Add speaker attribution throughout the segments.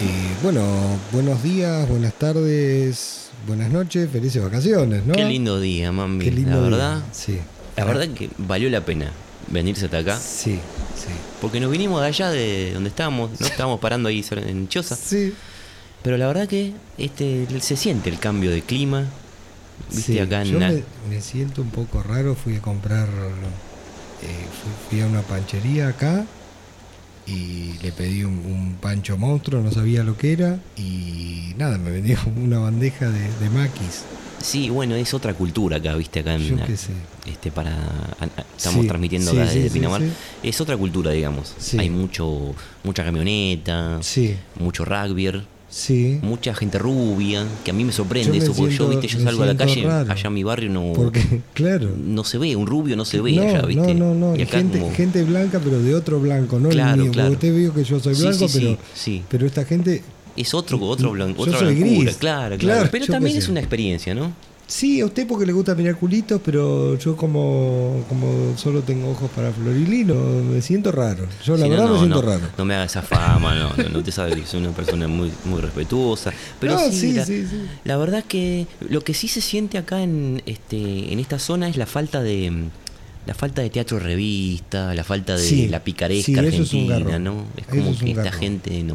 Speaker 1: Eh, Bueno, buenos días, buenas tardes, buenas noches, felices vacaciones, ¿no?
Speaker 2: Qué lindo día, mami.
Speaker 1: Qué lindo
Speaker 2: la
Speaker 1: día,
Speaker 2: verdad,
Speaker 1: Sí. Ah,
Speaker 2: la verdad que valió la pena venirse hasta acá.
Speaker 1: Sí, sí.
Speaker 2: Porque nos vinimos de allá de donde estábamos, no estábamos parando ahí sobre- en Choza.
Speaker 1: Sí.
Speaker 2: Pero la verdad que este se siente el cambio de clima. Viste
Speaker 1: sí.
Speaker 2: acá en
Speaker 1: Yo
Speaker 2: la-
Speaker 1: me, me siento un poco raro, fui a comprar, eh, fui, fui a una panchería acá y le pedí un, un pancho monstruo, no sabía lo que era y nada, me vendió una bandeja de, de maquis,
Speaker 2: Sí, bueno, es otra cultura acá, viste, acá en
Speaker 1: yo
Speaker 2: la-
Speaker 1: qué sé.
Speaker 2: este para a- a- estamos
Speaker 1: Sí,
Speaker 2: transmitiendo
Speaker 1: sí,
Speaker 2: acá
Speaker 1: sí,
Speaker 2: desde
Speaker 1: sí,
Speaker 2: Pinamar.
Speaker 1: sí.
Speaker 2: Es otra cultura, digamos.
Speaker 1: Sí.
Speaker 2: Hay mucho mucha camioneta,
Speaker 1: Sí,
Speaker 2: mucho rugby.
Speaker 1: sí.
Speaker 2: mucha gente rubia, que a mí me sorprende
Speaker 1: Yo me
Speaker 2: eso, porque yo,
Speaker 1: siento-
Speaker 2: viste, yo
Speaker 1: me
Speaker 2: salgo a la
Speaker 1: siento
Speaker 2: calle,
Speaker 1: raro.
Speaker 2: allá en mi barrio no,
Speaker 1: Porque, claro.
Speaker 2: no se ve, un rubio no se ve
Speaker 1: no,
Speaker 2: allá, viste.
Speaker 1: No, no, no.
Speaker 2: Y acá
Speaker 1: gente,
Speaker 2: como-
Speaker 1: gente blanca, pero de otro blanco, no el
Speaker 2: Claro,
Speaker 1: mío.
Speaker 2: claro.
Speaker 1: Porque usted vio que yo soy
Speaker 2: Sí,
Speaker 1: blanco,
Speaker 2: sí, sí,
Speaker 1: pero,
Speaker 2: sí.
Speaker 1: pero esta gente.
Speaker 2: es otro, otro blanco,
Speaker 1: Yo
Speaker 2: otra
Speaker 1: soy
Speaker 2: blancura,
Speaker 1: gris.
Speaker 2: claro, claro.
Speaker 1: Claro,
Speaker 2: Pero
Speaker 1: yo qué
Speaker 2: también
Speaker 1: sé.
Speaker 2: es una experiencia, ¿no?
Speaker 1: Sí, a usted porque le gusta mirar culitos, pero yo como, como solo tengo ojos para florilino, me siento raro. Yo la
Speaker 2: Si no,
Speaker 1: verdad
Speaker 2: no,
Speaker 1: me siento
Speaker 2: no,
Speaker 1: raro.
Speaker 2: No me haga esa fama, no, no, no te sabes que soy una persona muy, muy respetuosa. Pero
Speaker 1: No,
Speaker 2: sí,
Speaker 1: sí,
Speaker 2: la,
Speaker 1: sí, sí.
Speaker 2: la verdad que lo que sí se siente acá en este, en esta zona es la falta de mm, la falta de teatro revista, la falta de
Speaker 1: Sí,
Speaker 2: la picaresca
Speaker 1: sí, eso es un
Speaker 2: argentina,
Speaker 1: garrón.
Speaker 2: ¿no? Es
Speaker 1: Eso
Speaker 2: como
Speaker 1: es un
Speaker 2: que esta
Speaker 1: garrón.
Speaker 2: gente no,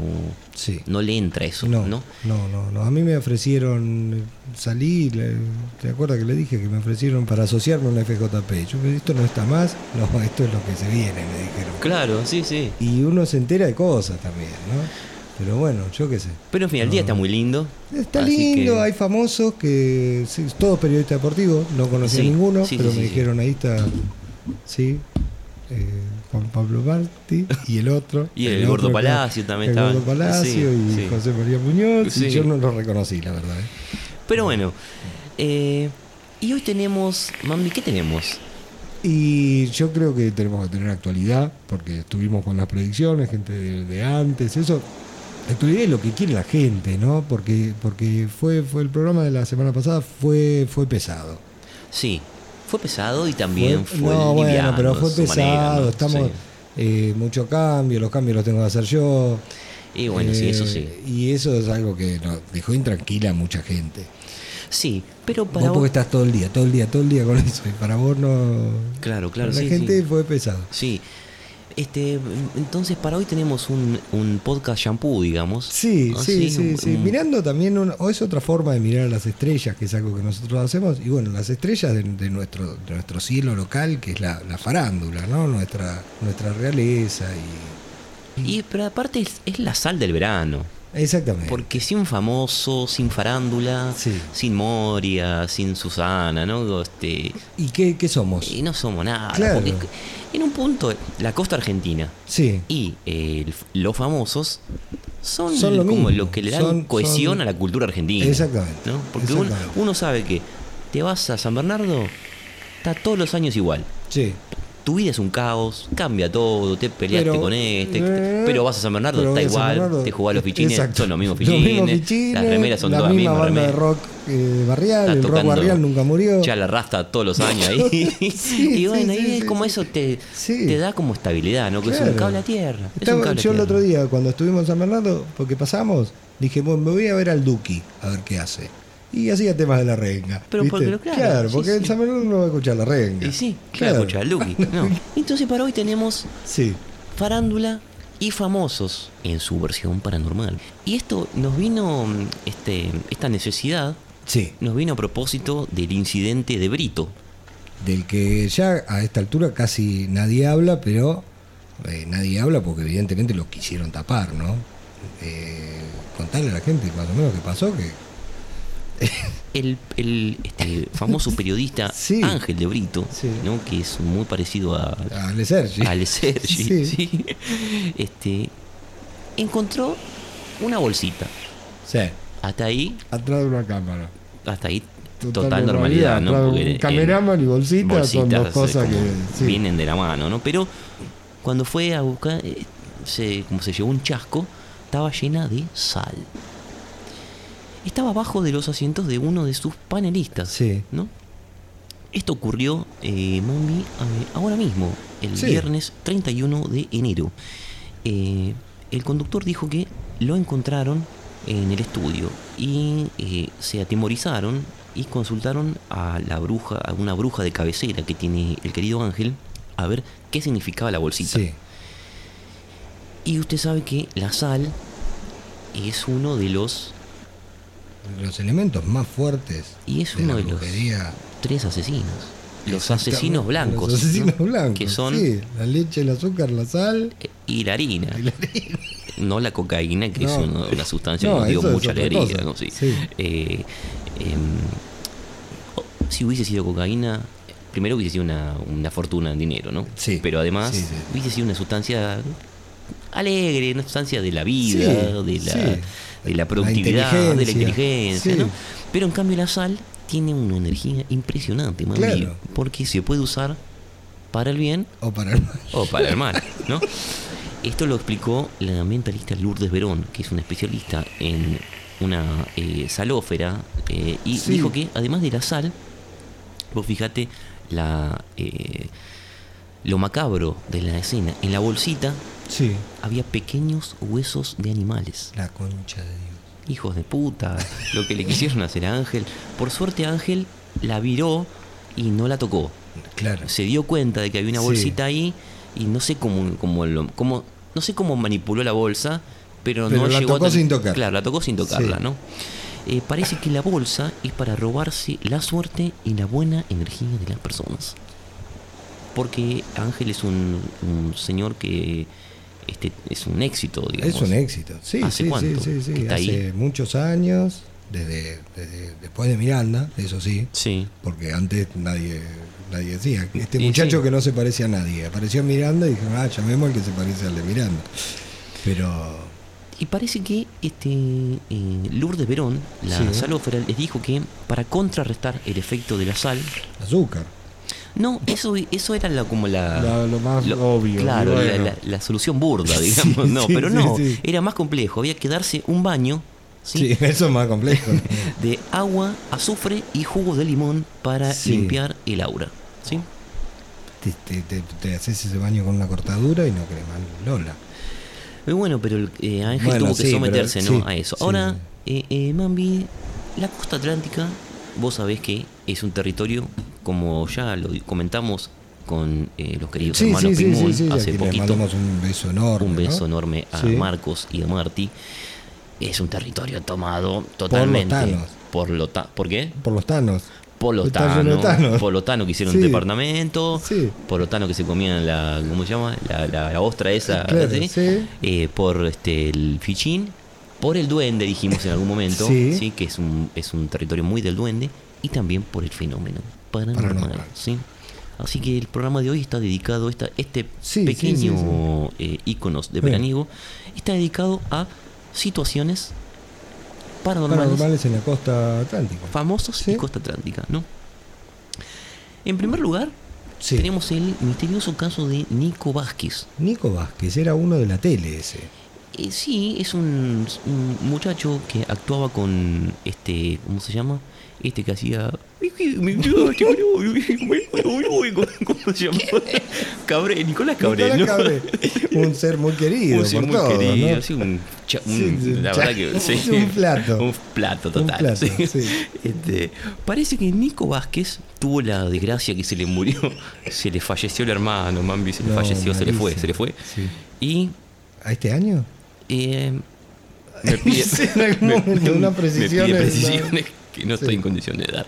Speaker 1: Sí.
Speaker 2: no le entra eso, ¿no?
Speaker 1: No, no, no, no. A mí me ofrecieron, salí, le- ¿te acuerdas que le dije que me ofrecieron para asociarme a una FJP? Yo me esto no está más, no, esto es lo que se viene, me dijeron.
Speaker 2: Claro, sí, sí.
Speaker 1: Y uno se entera de cosas también, ¿no? Pero bueno, yo qué sé.
Speaker 2: Pero en fin, el día está muy lindo.
Speaker 1: Está
Speaker 2: así
Speaker 1: lindo,
Speaker 2: que-
Speaker 1: hay famosos que. sí, todos periodistas deportivos, no conocí a
Speaker 2: Sí,
Speaker 1: ninguno,
Speaker 2: sí,
Speaker 1: pero
Speaker 2: sí,
Speaker 1: me
Speaker 2: sí, sí.
Speaker 1: dijeron ahí está. Sí. eh, Juan Pablo Martí y el otro.
Speaker 2: Y el Gordo
Speaker 1: otro,
Speaker 2: Palacio también
Speaker 1: El
Speaker 2: estaba.
Speaker 1: Gordo Palacio
Speaker 2: Sí,
Speaker 1: y
Speaker 2: sí.
Speaker 1: José María Muñoz.
Speaker 2: Sí.
Speaker 1: Y yo no lo reconocí, la verdad. ¿eh?
Speaker 2: Pero bueno, eh, y hoy tenemos, Mami, ¿qué tenemos?
Speaker 1: Y yo creo que tenemos que tener actualidad, porque estuvimos con las predicciones, gente de, de antes, eso. La Actualidad es lo que quiere la gente, ¿no? Porque, porque fue, fue el programa de la semana pasada, fue, fue pesado.
Speaker 2: Sí, fue pesado y también fue,
Speaker 1: no, bueno,
Speaker 2: liviano
Speaker 1: pero
Speaker 2: de
Speaker 1: fue
Speaker 2: su
Speaker 1: pesado,
Speaker 2: manera, ¿no?
Speaker 1: estamos eh, mucho cambio, los cambios los tengo que hacer yo.
Speaker 2: Sí. Y bueno, sí,
Speaker 1: eh,
Speaker 2: eso sí.
Speaker 1: Y eso es algo que nos dejó intranquila a mucha gente.
Speaker 2: Sí, pero
Speaker 1: Vos
Speaker 2: para
Speaker 1: porque
Speaker 2: vos...
Speaker 1: estás todo el día, todo el día, todo el día con eso. Y para vos no.
Speaker 2: Claro, claro,
Speaker 1: Para
Speaker 2: sí,
Speaker 1: la gente
Speaker 2: sí.
Speaker 1: fue pesado.
Speaker 2: Sí. Este, entonces para hoy tenemos un, un podcast shampoo, digamos.
Speaker 1: Sí,
Speaker 2: Ah,
Speaker 1: sí, sí,
Speaker 2: un-
Speaker 1: sí.
Speaker 2: un-
Speaker 1: Mirando también, una- o es otra forma de mirar a las estrellas, que es algo que nosotros hacemos. Y bueno, las estrellas de, de nuestro, de nuestro cielo local, que es la, la farándula, ¿no? Nuestra, nuestra realeza. y
Speaker 2: Y pero aparte es, es la sal del verano.
Speaker 1: Exactamente.
Speaker 2: Porque sin famoso, sin farándula,
Speaker 1: Sí.
Speaker 2: sin Moria, sin Susana, ¿no? Este,
Speaker 1: ¿Y qué, qué somos?
Speaker 2: y no somos nada.
Speaker 1: Claro.
Speaker 2: porque en un punto, la costa argentina
Speaker 1: Sí.
Speaker 2: y eh, el- los famosos son,
Speaker 1: Son lo mismo,
Speaker 2: como lo que le dan
Speaker 1: son-
Speaker 2: cohesión
Speaker 1: son-
Speaker 2: a la cultura argentina.
Speaker 1: Exactamente,
Speaker 2: ¿no? Porque uno,
Speaker 1: exactamente.
Speaker 2: uno sabe que te vas a San Bernardo, está todos los años igual.
Speaker 1: Sí.
Speaker 2: Tu vida es un caos, cambia todo, te peleaste
Speaker 1: Pero-
Speaker 2: con este,
Speaker 1: eh,
Speaker 2: pero vas a San Bernardo,
Speaker 1: Pero
Speaker 2: está
Speaker 1: San
Speaker 2: igual,
Speaker 1: Bernardo-
Speaker 2: te jugás los pichines,
Speaker 1: Exacto.
Speaker 2: son los mismos
Speaker 1: Los
Speaker 2: pichines,
Speaker 1: pichines,
Speaker 2: las remeras son
Speaker 1: la
Speaker 2: todas las
Speaker 1: misma
Speaker 2: mismas
Speaker 1: banda de
Speaker 2: remeras.
Speaker 1: rock eh, barrial,
Speaker 2: Estás
Speaker 1: el rock
Speaker 2: tocando
Speaker 1: barrial nunca murió.
Speaker 2: Ya la rasta todos los años ahí.
Speaker 1: Sí,
Speaker 2: y bueno,
Speaker 1: sí,
Speaker 2: ahí
Speaker 1: sí,
Speaker 2: es
Speaker 1: sí,
Speaker 2: como
Speaker 1: sí.
Speaker 2: eso te,
Speaker 1: Sí.
Speaker 2: te da como estabilidad, ¿no? Que es un
Speaker 1: Claro.
Speaker 2: cable a tierra. es
Speaker 1: Estaba-
Speaker 2: un cable a
Speaker 1: yo el
Speaker 2: tierra.
Speaker 1: otro día, cuando estuvimos en San Bernardo, porque pasamos, dije, bueno, me voy a ver al Duki, a ver qué hace. Y hacía temas de la renga.
Speaker 2: Pero
Speaker 1: ¿viste?
Speaker 2: porque- claro, sí,
Speaker 1: porque en
Speaker 2: sí.
Speaker 1: San Bernardo no va a escuchar la renga.
Speaker 2: Y sí, claro, escuchá, Luqui. No. Entonces para hoy tenemos
Speaker 1: Sí.
Speaker 2: farándula y famosos en su versión paranormal. Y esto nos vino, mm, este, esta necesidad,
Speaker 1: Sí.
Speaker 2: nos vino a propósito del incidente de Brito.
Speaker 1: del que ya a esta altura casi nadie habla, pero eh, nadie habla porque evidentemente lo quisieron tapar, ¿no? Eh, contarle a la gente más o menos qué pasó, que
Speaker 2: El, el, este, famoso periodista
Speaker 1: Sí.
Speaker 2: Ángel de Brito,
Speaker 1: Sí.
Speaker 2: ¿no? que es muy parecido a,
Speaker 1: a Ale Sergi.
Speaker 2: al Sergi,
Speaker 1: Sí.
Speaker 2: sí. Este, encontró una bolsita.
Speaker 1: Sí,
Speaker 2: Hasta ahí,
Speaker 1: atrás de una cámara.
Speaker 2: hasta ahí total, normalidad, ¿no?
Speaker 1: atrás de
Speaker 2: Porque
Speaker 1: Un
Speaker 2: el-
Speaker 1: cameraman y bolsita son
Speaker 2: bolsitas,
Speaker 1: dos
Speaker 2: eh,
Speaker 1: cosas
Speaker 2: como
Speaker 1: que. sí.
Speaker 2: vienen de la mano, ¿no? Pero cuando fue a buscar, eh, se, como se llevó un chasco, estaba llena de sal. Estaba abajo de los asientos de uno de sus panelistas,
Speaker 1: Sí.
Speaker 2: ¿no? Esto ocurrió, eh, Mami, eh, ahora mismo, el
Speaker 1: Sí.
Speaker 2: viernes 31 de enero. Eh, el conductor dijo que lo encontraron en el estudio y eh, se atemorizaron y consultaron a la bruja, a una bruja de cabecera que tiene el querido Ángel, a ver qué significaba la bolsita.
Speaker 1: Sí,
Speaker 2: Y usted sabe que la sal es uno de los
Speaker 1: los elementos más fuertes
Speaker 2: Y es
Speaker 1: de
Speaker 2: uno
Speaker 1: la
Speaker 2: de los-
Speaker 1: brujería.
Speaker 2: tres asesinos. Los
Speaker 1: Exactamente,
Speaker 2: asesinos blancos.
Speaker 1: Los asesinos
Speaker 2: ¿no?
Speaker 1: blancos.
Speaker 2: Que son
Speaker 1: sí, la leche, el azúcar, la sal.
Speaker 2: eh, y la harina.
Speaker 1: y la harina.
Speaker 2: No la cocaína, que es
Speaker 1: No.
Speaker 2: una, una sustancia
Speaker 1: No,
Speaker 2: que nos dio
Speaker 1: eso es
Speaker 2: mucha
Speaker 1: otra
Speaker 2: alegría.
Speaker 1: cosa.
Speaker 2: ¿no? Sí.
Speaker 1: Sí.
Speaker 2: Eh, em, oh, si hubiese sido cocaína, primero hubiese sido una, una fortuna en dinero, ¿no?
Speaker 1: Sí.
Speaker 2: Pero además
Speaker 1: Sí, sí.
Speaker 2: hubiese sido una sustancia alegre, una sustancia de la
Speaker 1: Sí,
Speaker 2: vida, de, la,
Speaker 1: sí.
Speaker 2: de la
Speaker 1: La
Speaker 2: productividad, de la
Speaker 1: inteligencia.
Speaker 2: inteligencia,
Speaker 1: Sí.
Speaker 2: ¿no? Pero en cambio la sal tiene una energía impresionante, Mandy,
Speaker 1: Claro.
Speaker 2: porque se puede usar para el bien
Speaker 1: O para el mal.
Speaker 2: o para el mal, ¿no? Esto lo explicó la ambientalista Lourdes Verón, que es una especialista en una eh, salófera, eh, y
Speaker 1: Sí.
Speaker 2: dijo que además de la sal, vos fíjate la, eh, lo macabro de la escena, en la bolsita
Speaker 1: Sí.
Speaker 2: había pequeños huesos de animales,
Speaker 1: La concha de Dios.
Speaker 2: hijos de puta, lo que le quisieron hacer a Ángel. Por suerte Ángel la viró y no la tocó,
Speaker 1: Claro.
Speaker 2: se dio cuenta de que había una
Speaker 1: Sí.
Speaker 2: bolsita ahí y no sé cómo, cómo lo- cómo- no sé cómo manipuló la bolsa, pero,
Speaker 1: Pero
Speaker 2: no
Speaker 1: la
Speaker 2: llegó a
Speaker 1: tocó
Speaker 2: tan-
Speaker 1: sin tocar.
Speaker 2: Claro, la tocó sin tocarla,
Speaker 1: Sí.
Speaker 2: ¿no? Eh, parece que la bolsa es para robarse la suerte y la buena energía de las personas. Porque Ángel es un, un señor que este, es un éxito, digamos.
Speaker 1: Es un éxito. Sí,
Speaker 2: ¿Hace
Speaker 1: sí, sí,
Speaker 2: cuánto
Speaker 1: sí, sí.
Speaker 2: que está
Speaker 1: Hace
Speaker 2: ahí?
Speaker 1: muchos años, desde, desde después de Miranda, eso sí,
Speaker 2: Sí,
Speaker 1: porque antes nadie nadie decía, este
Speaker 2: Y
Speaker 1: muchacho
Speaker 2: sí.
Speaker 1: que no se parece a nadie, apareció en Miranda y dijeron, ah, llamemos al que se parece al de Miranda. Pero
Speaker 2: Y parece que este eh, Lourdes Verón, la
Speaker 1: Sí.
Speaker 2: salófera, les dijo que para contrarrestar el efecto de la sal,
Speaker 1: azúcar,
Speaker 2: no, eso, eso era la, como la...
Speaker 3: Lo, lo más
Speaker 2: Ah. lo-
Speaker 3: obvio.
Speaker 2: Claro,
Speaker 3: y
Speaker 2: la-
Speaker 3: bueno.
Speaker 2: la, la solución burda, digamos. no,
Speaker 1: sí,
Speaker 2: pero
Speaker 1: sí,
Speaker 2: no,
Speaker 1: sí.
Speaker 2: era más complejo. Había que darse un baño ¿sí?
Speaker 1: sí, eso es más complejo.
Speaker 2: de agua, azufre y jugo de limón para
Speaker 1: Sí.
Speaker 2: limpiar el aura. ¿sí?
Speaker 1: te, te- te- te haces ese baño con una cortadura y no cremas Lola.
Speaker 2: Eh, Bueno, pero el, eh, Ángel
Speaker 1: Bueno,
Speaker 2: tuvo que
Speaker 1: sí,
Speaker 2: someterse
Speaker 1: pero-
Speaker 2: ¿no?
Speaker 1: sí,
Speaker 2: a eso.
Speaker 1: sí.
Speaker 2: Ahora, eh, eh, Mambi, la costa atlántica, vos sabés que es un territorio, como ya lo comentamos con eh, los queridos
Speaker 1: Sí,
Speaker 2: hermanos
Speaker 1: sí, sí,
Speaker 2: Pimón
Speaker 1: sí, sí,
Speaker 2: hace
Speaker 1: aquí les
Speaker 2: poquito.
Speaker 1: mandamos un beso enorme.
Speaker 2: Un beso
Speaker 1: ¿no?
Speaker 2: enorme a
Speaker 1: Sí.
Speaker 2: Marcos y a Marty. Es un territorio tomado totalmente
Speaker 1: tanos.
Speaker 2: por lo ta- ¿Por qué?
Speaker 1: Por los tanos. Está lleno de
Speaker 2: Polotano,
Speaker 1: tanos.
Speaker 2: Polotano que hicieron
Speaker 1: Sí.
Speaker 2: departamento,
Speaker 1: Sí.
Speaker 2: Polotano que se comían la, ¿cómo se llama? La, la- la ostra esa,
Speaker 1: Claro,
Speaker 2: ¿sí?
Speaker 1: sí.
Speaker 2: Eh, por este el fichín, por el duende dijimos en algún momento,
Speaker 1: Sí.
Speaker 2: que es un, es un territorio muy del duende, y también por el fenómeno paranormal,
Speaker 1: Paranormal.
Speaker 2: ¿sí? Así que el programa de hoy está dedicado a esta, este
Speaker 1: Sí, sí,
Speaker 2: pequeño eh, íconos de
Speaker 1: Sí.
Speaker 2: veraniego, está dedicado a situaciones paranormales
Speaker 1: Paranormales en la costa atlántica.
Speaker 2: famosos y
Speaker 1: Sí.
Speaker 2: costa atlántica, ¿no? En primer lugar,
Speaker 1: Sí.
Speaker 2: tenemos el misterioso caso de Nico Vázquez.
Speaker 1: Nico Vázquez era uno de la tele ese.
Speaker 2: Eh, sí, es un, un muchacho que actuaba con este, ¿cómo se llama? Este que hacía... ¿Cómo se llama? Cabré, Nicolás Cabré, ¿no?
Speaker 1: Nicolás Cabré, Un ser muy querido
Speaker 2: Un ser
Speaker 1: por
Speaker 2: muy
Speaker 1: todos,
Speaker 2: querido,
Speaker 1: ¿no?
Speaker 2: sí, un cha-
Speaker 1: Sí,
Speaker 2: un-
Speaker 1: sí, un
Speaker 2: la
Speaker 1: cha-
Speaker 2: verdad que sí.
Speaker 1: un plato.
Speaker 2: Un plato total.
Speaker 1: plato,
Speaker 2: sí.
Speaker 1: sí.
Speaker 2: Este, parece que Nico Vázquez tuvo la desgracia que se le murió, se le falleció el hermano, Mambi, se le
Speaker 1: No,
Speaker 2: falleció, se le fue,
Speaker 1: malísimo.
Speaker 2: se le fue.
Speaker 1: Sí.
Speaker 2: Y
Speaker 1: ¿A este año?
Speaker 2: eh, me pide,
Speaker 1: Sí, en algún momento, una precisión
Speaker 2: me pide
Speaker 1: es-
Speaker 2: precisiones que no estoy
Speaker 1: Sí.
Speaker 2: en condiciones de dar.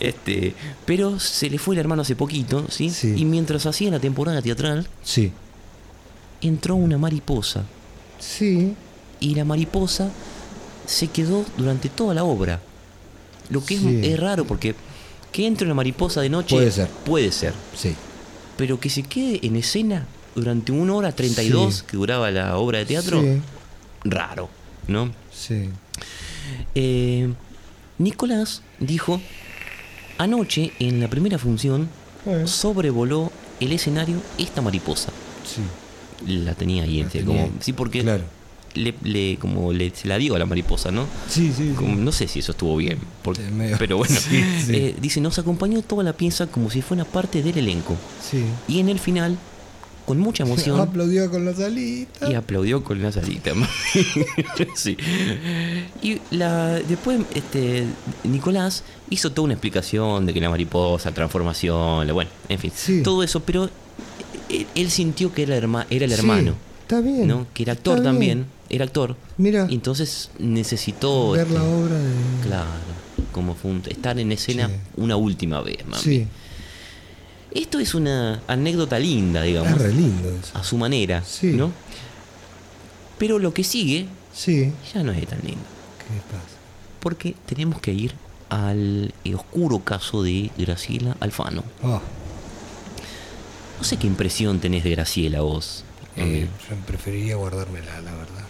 Speaker 2: Este, pero se le fue el hermano hace poquito, ¿sí?
Speaker 1: Sí.
Speaker 2: Y mientras hacía la temporada teatral,
Speaker 1: Sí.
Speaker 2: entró una mariposa
Speaker 1: Sí.
Speaker 2: y la mariposa se quedó durante toda la obra. Lo que es-
Speaker 1: Sí.
Speaker 2: es, raro porque que entre una mariposa de noche
Speaker 1: Puede ser.
Speaker 2: puede ser,
Speaker 1: Sí.
Speaker 2: pero que se quede en escena durante una hora 32
Speaker 1: Sí.
Speaker 2: que duraba la obra de teatro,
Speaker 1: Sí.
Speaker 2: raro, ¿no?
Speaker 1: sí.
Speaker 2: Eh, Nicolás dijo, anoche en la primera función
Speaker 1: Bueno,
Speaker 2: sobrevoló el escenario esta mariposa.
Speaker 1: sí.
Speaker 2: La tenía ahí,
Speaker 1: La
Speaker 2: este,
Speaker 1: tenía
Speaker 2: como-
Speaker 1: ahí.
Speaker 2: sí, porque
Speaker 1: Claro.
Speaker 2: le, le- como le, se la dio a la mariposa, ¿no?
Speaker 1: Sí, sí. sí.
Speaker 2: Como- No sé si eso estuvo bien, porque-
Speaker 1: Sí, medio-
Speaker 2: pero bueno.
Speaker 1: Sí, sí.
Speaker 2: Eh, dice, nos acompañó toda la pieza como si fuera parte del elenco.
Speaker 1: Sí.
Speaker 2: Y en el final con mucha emoción
Speaker 1: Aplaudió con la salita.
Speaker 2: y aplaudió con la salita. sí. Y la, después este, Nicolás hizo toda una explicación de que la mariposa, transformación, la- bueno, en fin,
Speaker 1: Sí.
Speaker 2: todo eso, pero él, él sintió que era, herma- era el
Speaker 1: Sí,
Speaker 2: hermano,
Speaker 1: está bien.
Speaker 2: ¿no? que era actor
Speaker 1: está bien.
Speaker 2: también, era actor,
Speaker 1: Mira,
Speaker 2: y entonces necesitó
Speaker 1: ver
Speaker 2: este,
Speaker 1: la obra de.
Speaker 2: Claro, como fue un- estar en escena
Speaker 1: Sí.
Speaker 2: una última vez, mami.
Speaker 1: sí,
Speaker 2: Esto es una anécdota linda,
Speaker 1: es
Speaker 2: digamos,
Speaker 1: re lindo eso.
Speaker 2: a su manera,
Speaker 1: Sí.
Speaker 2: ¿no? Pero lo que sigue
Speaker 1: Sí,
Speaker 2: ya no es tan lindo,
Speaker 1: ¿qué pasa?
Speaker 2: porque tenemos que ir al eh, oscuro caso de Graciela Alfano.
Speaker 1: Ah,
Speaker 2: No sé qué impresión tenés de Graciela vos. mami.
Speaker 1: eh, yo preferiría guardármela, la verdad.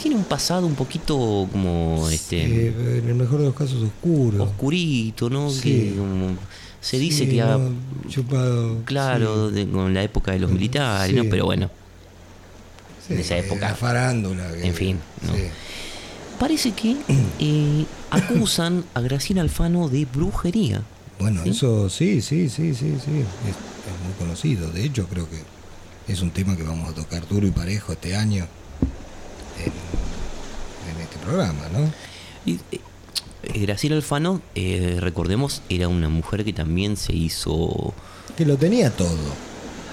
Speaker 2: Tiene un pasado un poquito como este
Speaker 1: Eh, en el mejor de los casos, oscuro.
Speaker 2: oscurito, ¿no?
Speaker 1: Sí.
Speaker 2: Que, como, se
Speaker 1: Sí,
Speaker 2: dice que ha
Speaker 1: no, chupado.
Speaker 2: Claro, de- con la época de los
Speaker 1: Sí.
Speaker 2: militares, ¿no? Pero bueno, de esa época.
Speaker 1: la farándula. que-
Speaker 2: En fin, ¿no?
Speaker 1: sí.
Speaker 2: parece que eh, acusan a Graciela Alfano de brujería.
Speaker 1: Bueno,
Speaker 2: ¿Sí?
Speaker 1: eso sí, sí, sí, sí, sí. Es, es muy conocido. De hecho, creo que es un tema que vamos a tocar duro y parejo este año en, en este programa, ¿no?
Speaker 2: Y, eh, Graciela Alfano, eh, recordemos, era una mujer que también se hizo...
Speaker 1: Que lo tenía todo.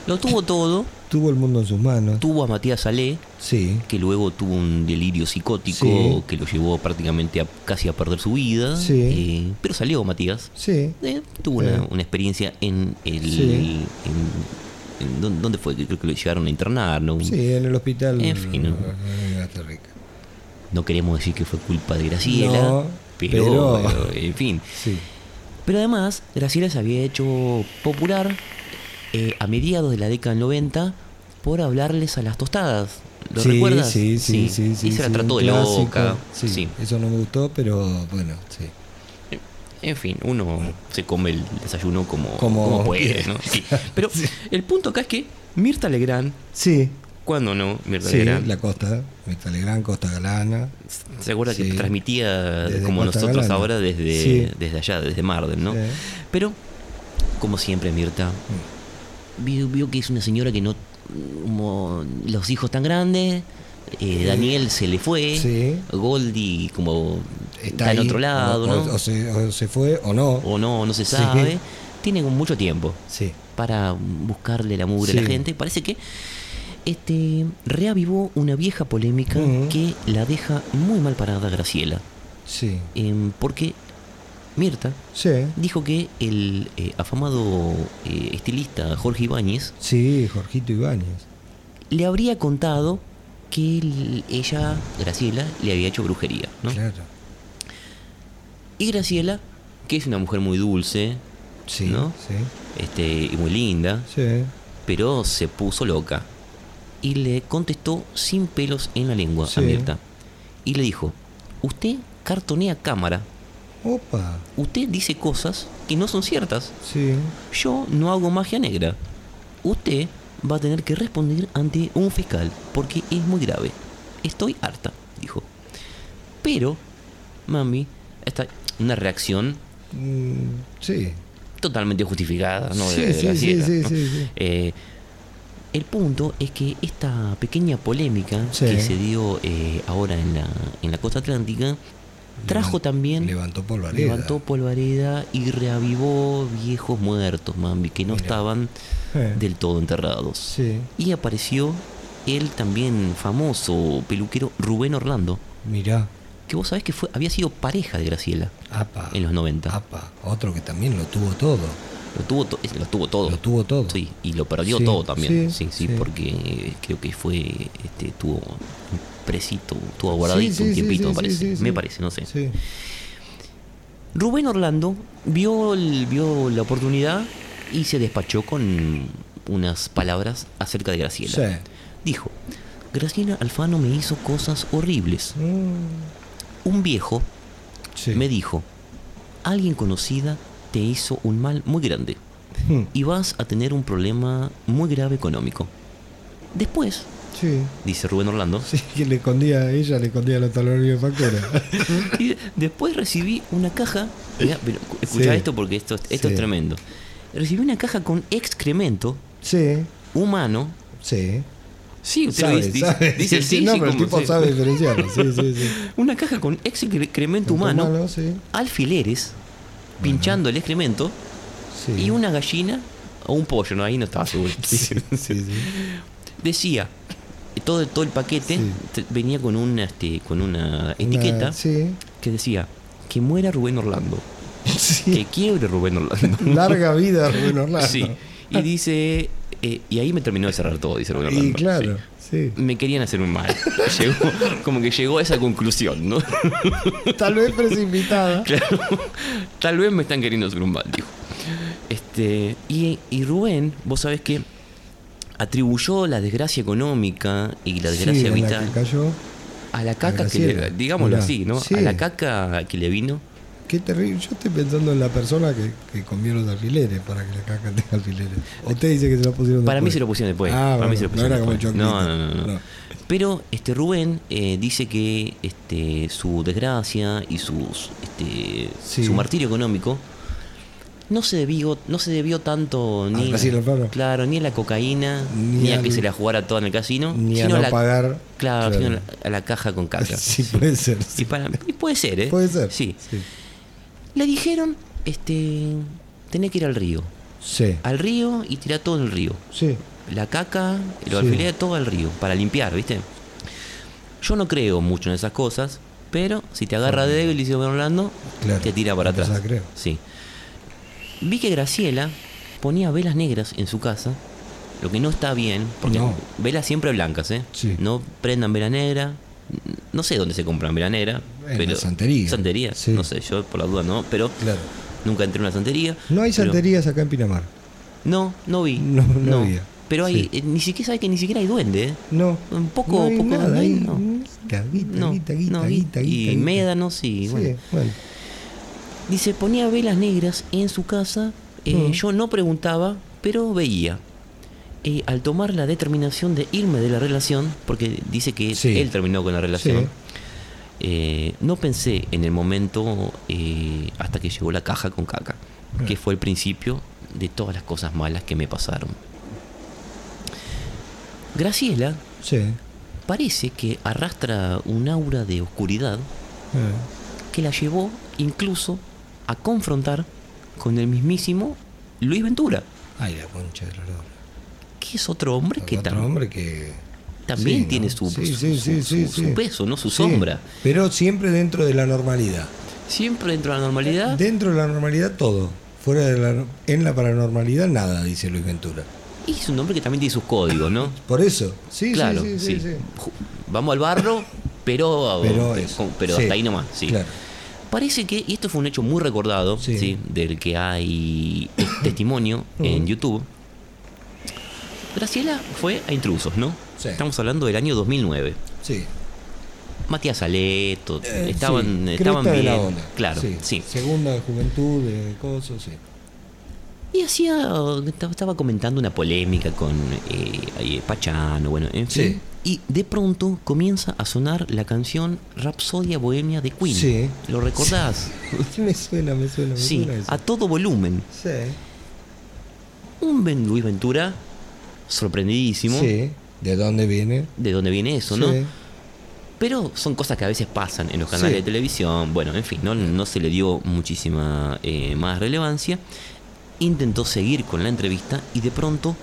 Speaker 2: Lo tuvo todo,
Speaker 1: Tuvo el mundo en sus manos.
Speaker 2: tuvo a Matías Alé,
Speaker 1: Sí,
Speaker 2: que luego tuvo un delirio psicótico
Speaker 1: Sí.
Speaker 2: que lo llevó prácticamente a, casi a perder su vida,
Speaker 1: Sí.
Speaker 2: eh, pero salió Matías.
Speaker 1: sí.
Speaker 2: Eh, tuvo una,
Speaker 1: Sí.
Speaker 2: una experiencia en el...
Speaker 1: Sí.
Speaker 2: en- en dónde- ¿Dónde fue? Creo que lo llegaron a internar, ¿no?
Speaker 1: Sí, en el hospital.
Speaker 2: En fin, ¿no?
Speaker 1: en Costa Rica.
Speaker 2: No queremos decir que fue culpa de Graciela,
Speaker 1: No,
Speaker 2: pero,
Speaker 1: pero-
Speaker 2: eh, en fin.
Speaker 1: Sí.
Speaker 2: Pero además, Graciela se había hecho popular eh, a mediados de la década del 90 por hablarles a las tostadas. ¿Lo
Speaker 1: Sí,
Speaker 2: recuerdas?
Speaker 1: Sí, sí, sí. sí,
Speaker 2: y se la
Speaker 1: sí,
Speaker 2: trató
Speaker 1: un
Speaker 2: de
Speaker 1: clásico.
Speaker 2: loca.
Speaker 1: Sí,
Speaker 2: sí.
Speaker 1: Eso no me gustó, pero bueno, sí.
Speaker 2: En fin, uno se come el desayuno como,
Speaker 1: Como
Speaker 2: como, puede, ¿no? Sí. Pero el punto acá es que Mirta Legrand,
Speaker 1: Sí,
Speaker 2: cuando no, Mirta
Speaker 1: sí,
Speaker 2: Legrand,
Speaker 1: la costa. Metalegrán, Costa Galana.
Speaker 2: se acuerda
Speaker 1: Sí.
Speaker 2: que transmitía
Speaker 1: Desde
Speaker 2: como
Speaker 1: Costa
Speaker 2: nosotros
Speaker 1: Galana.
Speaker 2: ahora desde,
Speaker 1: Sí.
Speaker 2: desde allá, desde Marden, ¿no?
Speaker 1: Sí.
Speaker 2: Pero, como siempre, Mirta, vio, vio que es una señora que no. Como los hijos tan grandes, eh, Daniel se le fue,
Speaker 1: Sí.
Speaker 2: Goldie como está, en
Speaker 1: ahí,
Speaker 2: otro lado,
Speaker 1: o,
Speaker 2: ¿no?
Speaker 1: o- o se, o se fue o no.
Speaker 2: O no, no se
Speaker 1: Sí.
Speaker 2: sabe. Tiene como mucho tiempo
Speaker 1: Sí.
Speaker 2: para buscarle la mugre a la
Speaker 1: Sí.
Speaker 2: gente. Parece que este reavivó una vieja polémica
Speaker 1: Ujú.
Speaker 2: que la deja muy mal parada a Graciela.
Speaker 1: Sí.
Speaker 2: em, porque Mirta,
Speaker 1: Sí.
Speaker 2: dijo que el eh, afamado eh, estilista Jorge Ibáñez
Speaker 1: Sí, Jorgito Ibáñez.
Speaker 2: le habría contado que el- ella, Graciela, le había hecho brujería, ¿no?
Speaker 1: Claro.
Speaker 2: Y Graciela, que es una mujer muy dulce,
Speaker 1: Sí.
Speaker 2: ¿No?
Speaker 1: Sí.
Speaker 2: este, y muy linda,
Speaker 1: Sí.
Speaker 2: pero se puso loca. Y le contestó sin pelos en la lengua
Speaker 1: Sí.
Speaker 2: a Mirta. Y le dijo, usted cartonea cámara,
Speaker 1: Opa.
Speaker 2: usted dice cosas que no son ciertas.
Speaker 1: Sí.
Speaker 2: Yo no hago magia negra. Usted va a tener que responder ante un fiscal porque es muy grave. Estoy harta, dijo. Pero, mami, esta una reacción
Speaker 1: Mm, sí.
Speaker 2: totalmente justificada, Ah, ¿no?
Speaker 1: sí,
Speaker 2: De- de
Speaker 1: sí, sí,
Speaker 2: Graciela,
Speaker 1: sí,
Speaker 2: ¿no?
Speaker 1: sí, sí.
Speaker 2: Eh, el punto es que esta pequeña polémica
Speaker 1: Sí.
Speaker 2: que se dio eh, ahora en la, en la costa atlántica trajo
Speaker 1: Levan-
Speaker 2: también
Speaker 1: Levantó polvareda.
Speaker 2: levantó polvareda y reavivó viejos muertos, mami, que no
Speaker 1: Mira.
Speaker 2: estaban
Speaker 1: Eh,
Speaker 2: del todo enterrados.
Speaker 1: Sí.
Speaker 2: Y apareció el también famoso peluquero Rubén Orlando,
Speaker 1: Mirá.
Speaker 2: que vos sabés que fue, había sido pareja de Graciela
Speaker 1: Apa.
Speaker 2: en los 90.
Speaker 1: Apa. Otro que también lo tuvo todo.
Speaker 2: Lo tuvo, to- es- lo tuvo todo.
Speaker 1: Lo tuvo todo.
Speaker 2: Sí, y lo perdió
Speaker 1: Sí,
Speaker 2: todo también.
Speaker 1: sí,
Speaker 2: Sí, sí,
Speaker 1: sí.
Speaker 2: porque eh, creo que fue, este, tuvo un presito, tuvo guardadito
Speaker 1: Sí, sí,
Speaker 2: un
Speaker 1: sí,
Speaker 2: tiempito, me
Speaker 1: sí,
Speaker 2: parece.
Speaker 1: sí, sí.
Speaker 2: Me parece, no sé.
Speaker 1: Sí.
Speaker 2: Rubén Orlando vio, el- vio la oportunidad y se despachó con unas palabras acerca de Graciela.
Speaker 1: Sí.
Speaker 2: Dijo, Graciela Alfano me hizo cosas horribles.
Speaker 1: Mm,
Speaker 2: Un viejo
Speaker 1: sí.
Speaker 2: me dijo, alguien conocida te hizo un mal muy grande
Speaker 1: Mm,
Speaker 2: y vas a tener un problema muy grave económico. Después,
Speaker 1: Sí.
Speaker 2: dice Rubén Orlando,
Speaker 1: Sí, que le escondía, ella le escondía los talones de factura.
Speaker 2: y después recibí una caja, mirá, pero escuchá
Speaker 1: ¿Eh? Sí.
Speaker 2: esto porque esto, esto
Speaker 1: Sí.
Speaker 2: es tremendo, recibí una caja con excremento
Speaker 1: sí.
Speaker 2: humano.
Speaker 1: Sí.
Speaker 2: Sí, usted
Speaker 1: Sabe,
Speaker 2: lo dice, dice-
Speaker 1: sabe.
Speaker 2: dice el
Speaker 1: Sí,
Speaker 2: sí,
Speaker 1: no,
Speaker 2: sí,
Speaker 1: pero el
Speaker 2: como-
Speaker 1: tipo
Speaker 2: sí.
Speaker 1: sabe diferenciarlo. Sí, sí, sí.
Speaker 2: Una caja con excremento humano,
Speaker 1: Humano, sí.
Speaker 2: alfileres, pinchando el excremento
Speaker 1: sí.
Speaker 2: y una gallina o un pollo, no, ahí no estaba seguro.
Speaker 1: Sí, sí.
Speaker 2: Decía, todo, todo el paquete
Speaker 1: Sí.
Speaker 2: te- venía con una, este, con una
Speaker 1: Una-
Speaker 2: etiqueta
Speaker 1: sí.
Speaker 2: que decía que muera Rubén Orlando, que
Speaker 1: Sí.
Speaker 2: quiebre Rubén Orlando.
Speaker 1: Larga vida, Rubén Orlando.
Speaker 2: Sí. Y dice, eh, y ahí me terminó de cerrar todo, dice Rubén Orlando.
Speaker 1: Y claro, sí.
Speaker 2: Sí. Me querían hacer un mal. Llegó, como que llegó a esa conclusión, ¿no?
Speaker 1: Tal vez precipitada.
Speaker 2: Claro. Tal vez me están queriendo hacer un mal, dijo. Este, y, y Rubén, vos sabés que atribuyó la desgracia económica y la
Speaker 1: Sí,
Speaker 2: desgracia
Speaker 1: en la
Speaker 2: vital
Speaker 1: que cayó.
Speaker 2: a la caca que
Speaker 1: Graciela.
Speaker 2: le, digámoslo
Speaker 1: Mirá,
Speaker 2: así, ¿no?
Speaker 1: sí.
Speaker 2: A la caca que le vino.
Speaker 1: Qué terrible. Yo estoy pensando en la persona que, que comió los alfileres para que la caca tenga alfileres. O usted dice que se lo pusieron
Speaker 2: Para mí
Speaker 1: después.
Speaker 2: se lo pusieron después.
Speaker 1: Ah,
Speaker 2: para mí
Speaker 1: bueno,
Speaker 2: se lo
Speaker 1: no
Speaker 2: pusieron
Speaker 1: era como
Speaker 2: después.
Speaker 1: el
Speaker 2: no,
Speaker 1: John
Speaker 2: no, no, no,
Speaker 1: Cleese. No.
Speaker 2: Pero este Rubén eh, dice que este, su desgracia y sus, este,
Speaker 1: Sí.
Speaker 2: su martirio económico no se debió, no se debió tanto
Speaker 1: Al
Speaker 2: ni
Speaker 1: casino, claro.
Speaker 2: claro, ni a la cocaína,
Speaker 1: Ni
Speaker 2: ni, a
Speaker 1: al-
Speaker 2: que se la jugara toda en el casino,
Speaker 1: Ni a
Speaker 2: sino
Speaker 1: no
Speaker 2: a la,
Speaker 1: pagar.
Speaker 2: claro, sino a la- a la caja con caca.
Speaker 1: Sí, puede ser.
Speaker 2: Y, para- y puede ser, ¿eh?
Speaker 1: Puede ser.
Speaker 2: Sí.
Speaker 1: Sí.
Speaker 2: Le dijeron, este, tenés que ir al río.
Speaker 1: Sí.
Speaker 2: Al río y tirar todo en el río.
Speaker 1: Sí.
Speaker 2: La caca, los
Speaker 1: Sí.
Speaker 2: alfileres, todo al río, para limpiar, ¿viste? Yo no creo mucho en esas cosas, pero si te agarra débil y se va Orlando,
Speaker 1: Claro,
Speaker 2: te tira para atrás.
Speaker 1: empezás a creer.
Speaker 2: Sí. Vi que Graciela ponía velas negras en su casa, lo que no está bien, porque
Speaker 1: No.
Speaker 2: velas siempre blancas, ¿eh?
Speaker 1: Sí.
Speaker 2: No prendan vela negra. No sé dónde se compran vela negra.
Speaker 1: En la
Speaker 2: pero-
Speaker 1: santería.
Speaker 2: Santería,
Speaker 1: Sí.
Speaker 2: no sé, yo por la duda no, pero
Speaker 1: Claro.
Speaker 2: nunca entré en una santería.
Speaker 1: No hay
Speaker 2: pero-
Speaker 1: santerías acá en Pinamar.
Speaker 2: no, no vi.
Speaker 1: No, no había.
Speaker 2: Pero
Speaker 1: Sí.
Speaker 2: hay, eh, ni siquiera sabe que ni siquiera hay duende. ¿eh?
Speaker 1: No.
Speaker 2: Un poco-
Speaker 1: no hay
Speaker 2: poco-
Speaker 1: nada,
Speaker 2: no hay-
Speaker 1: hay-
Speaker 2: no.
Speaker 1: Guita, guita,
Speaker 2: No,
Speaker 1: guita, guita,
Speaker 2: no,
Speaker 1: guita, guita,
Speaker 2: y- y
Speaker 1: guita.
Speaker 2: médanos y
Speaker 1: Sí,
Speaker 2: bueno.
Speaker 1: bueno.
Speaker 2: Dice, ponía velas negras en su casa. eh,
Speaker 1: Mm.
Speaker 2: Yo no preguntaba, pero veía. Eh, al tomar la determinación de irme de la relación, porque dice que
Speaker 1: Sí.
Speaker 2: él terminó con la relación, eh, no pensé en el momento eh, hasta que llegó la caja con caca, que fue el principio de todas las cosas malas que me pasaron. Graciela
Speaker 1: Sí. Eh,
Speaker 2: parece que arrastra un aura de oscuridad
Speaker 1: Eh.
Speaker 2: que la llevó incluso a confrontar con el mismísimo Luis Ventura,
Speaker 1: Ay, la concha de la lora.
Speaker 2: que es otro hombre que
Speaker 1: otro
Speaker 2: tam-
Speaker 1: hombre que
Speaker 2: también
Speaker 1: Sí, ¿no?
Speaker 2: tiene su,
Speaker 1: Sí,
Speaker 2: su-
Speaker 1: sí,
Speaker 2: su-
Speaker 1: sí, sí,
Speaker 2: su- su
Speaker 1: sí.
Speaker 2: peso, no su
Speaker 1: Sí,
Speaker 2: sombra.
Speaker 1: pero siempre dentro de la normalidad.
Speaker 2: Siempre dentro de la normalidad.
Speaker 1: Dentro de la normalidad todo. Fuera de la en la paranormalidad nada, dice Luis Ventura.
Speaker 2: Y es un hombre que también tiene sus códigos, ¿no?
Speaker 1: Por eso. Sí,
Speaker 2: claro,
Speaker 1: sí, sí, sí, sí.
Speaker 2: Ju- Vamos al barro, pero,
Speaker 1: Pero eso,
Speaker 2: pero
Speaker 1: sí.
Speaker 2: hasta ahí nomás. Sí.
Speaker 1: Claro.
Speaker 2: Parece que, y esto fue un hecho muy recordado,
Speaker 1: Sí.
Speaker 2: ¿sí? del que hay eh, testimonio
Speaker 1: Mm.
Speaker 2: en YouTube, Graciela fue a intrusos, ¿no?
Speaker 1: Sí.
Speaker 2: Estamos hablando del año 2009.
Speaker 1: Sí.
Speaker 2: Matías Aleto,
Speaker 1: Eh,
Speaker 2: estaban,
Speaker 1: sí,
Speaker 2: estaban
Speaker 1: cresta
Speaker 2: bien.
Speaker 1: de la ola.
Speaker 2: Claro, sí.
Speaker 1: Segunda de juventud, de cosas, sí.
Speaker 2: Y hacía, estaba- estaba comentando una polémica con eh, eh, Pachano, bueno, en fin. Y de pronto comienza a sonar la canción Rapsodia Bohemia de Queen.
Speaker 1: Sí.
Speaker 2: ¿Lo recordás?
Speaker 1: me suena, me suena, me
Speaker 2: Sí,
Speaker 1: suena eso.
Speaker 2: a todo volumen.
Speaker 1: Sí.
Speaker 2: Un Ben Luis Ventura, sorprendidísimo.
Speaker 1: Sí. ¿De dónde viene?
Speaker 2: De dónde viene eso, ¿no?
Speaker 1: Sí.
Speaker 2: Pero son cosas que a veces pasan en los canales
Speaker 1: Sí.
Speaker 2: de televisión. Bueno, en fin, no, no se le dio muchísima eh, más relevancia. Intentó seguir con la entrevista y de pronto,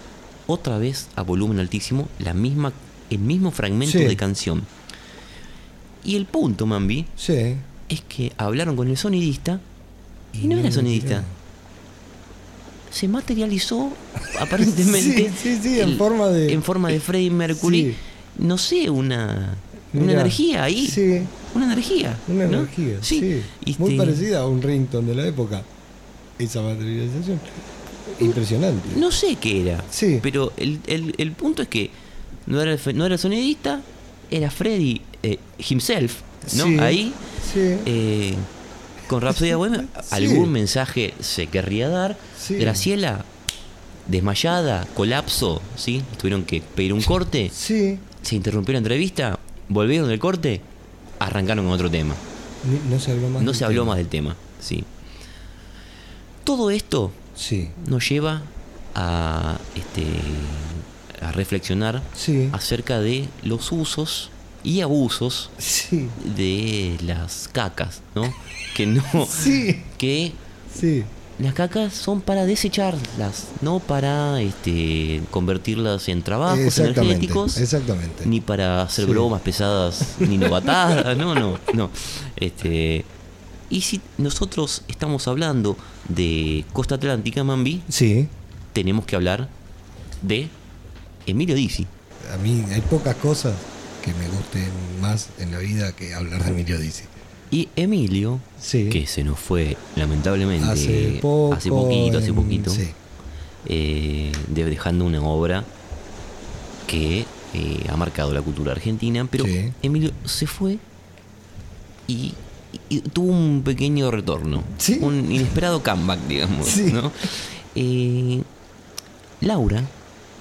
Speaker 2: otra vez a volumen altísimo, la misma, el mismo fragmento
Speaker 1: Sí.
Speaker 2: de canción. Y el punto, Mambi,
Speaker 1: Sí.
Speaker 2: es que hablaron con el sonidista y no era sonidista. Se materializó aparentemente
Speaker 1: Sí, sí, sí, en forma de-
Speaker 2: en forma de Freddie Mercury.
Speaker 1: Sí.
Speaker 2: No sé, una, una
Speaker 1: Mirá.
Speaker 2: energía ahí.
Speaker 1: Sí.
Speaker 2: Una energía.
Speaker 1: Una
Speaker 2: ¿no?
Speaker 1: energía, sí.
Speaker 2: Este,
Speaker 1: Muy parecida a un rington de la época. Esa materialización. Impresionante.
Speaker 2: No sé qué era.
Speaker 1: Sí.
Speaker 2: Pero el, el- el punto es que no era, el fe- no era el sonidista, era Freddy eh, himself, ¿no?
Speaker 1: Sí.
Speaker 2: Ahí.
Speaker 1: Sí.
Speaker 2: eh, con Rapsodia Bohemia,
Speaker 1: Sí.
Speaker 2: algún mensaje se querría dar.
Speaker 1: Sí.
Speaker 2: Graciela, desmayada, colapso, ¿sí? Tuvieron que pedir un corte,
Speaker 1: Sí.
Speaker 2: se interrumpió la entrevista, volvieron del corte, arrancaron con otro tema.
Speaker 1: Ni- No se habló más.
Speaker 2: No
Speaker 1: del
Speaker 2: se habló
Speaker 1: tema.
Speaker 2: más del tema, ¿sí? Todo esto
Speaker 1: Sí.
Speaker 2: nos lleva a este a reflexionar
Speaker 1: Sí.
Speaker 2: acerca de los usos y abusos
Speaker 1: Sí.
Speaker 2: de las cacas, ¿no? Que no,
Speaker 1: Sí.
Speaker 2: que
Speaker 1: Sí.
Speaker 2: las cacas son para desecharlas, no para este, convertirlas en trabajos
Speaker 1: Exactamente.
Speaker 2: energéticos,
Speaker 1: Exactamente.
Speaker 2: ni para hacer
Speaker 1: Este. Sí.
Speaker 2: bromas pesadas, ni novatadas, no, no, no. Este, y si nosotros estamos hablando de Costa Atlántica, Mambi,
Speaker 1: Sí.
Speaker 2: tenemos que hablar de Emilio Dizzi.
Speaker 1: A mí hay pocas cosas que me gusten más en la vida que hablar de Emilio Dizzy.
Speaker 2: Y Emilio,
Speaker 1: Sí.
Speaker 2: que se nos fue lamentablemente
Speaker 1: Hace poco.
Speaker 2: hace poquito, hace
Speaker 1: en-
Speaker 2: poquito,
Speaker 1: Sí.
Speaker 2: eh, de- dejando una obra que eh, ha marcado la cultura argentina, pero
Speaker 1: Sí.
Speaker 2: Emilio se fue y, y tuvo un pequeño retorno,
Speaker 1: Sí.
Speaker 2: un inesperado comeback, digamos.
Speaker 1: Sí.
Speaker 2: ¿no? Eh, Laura,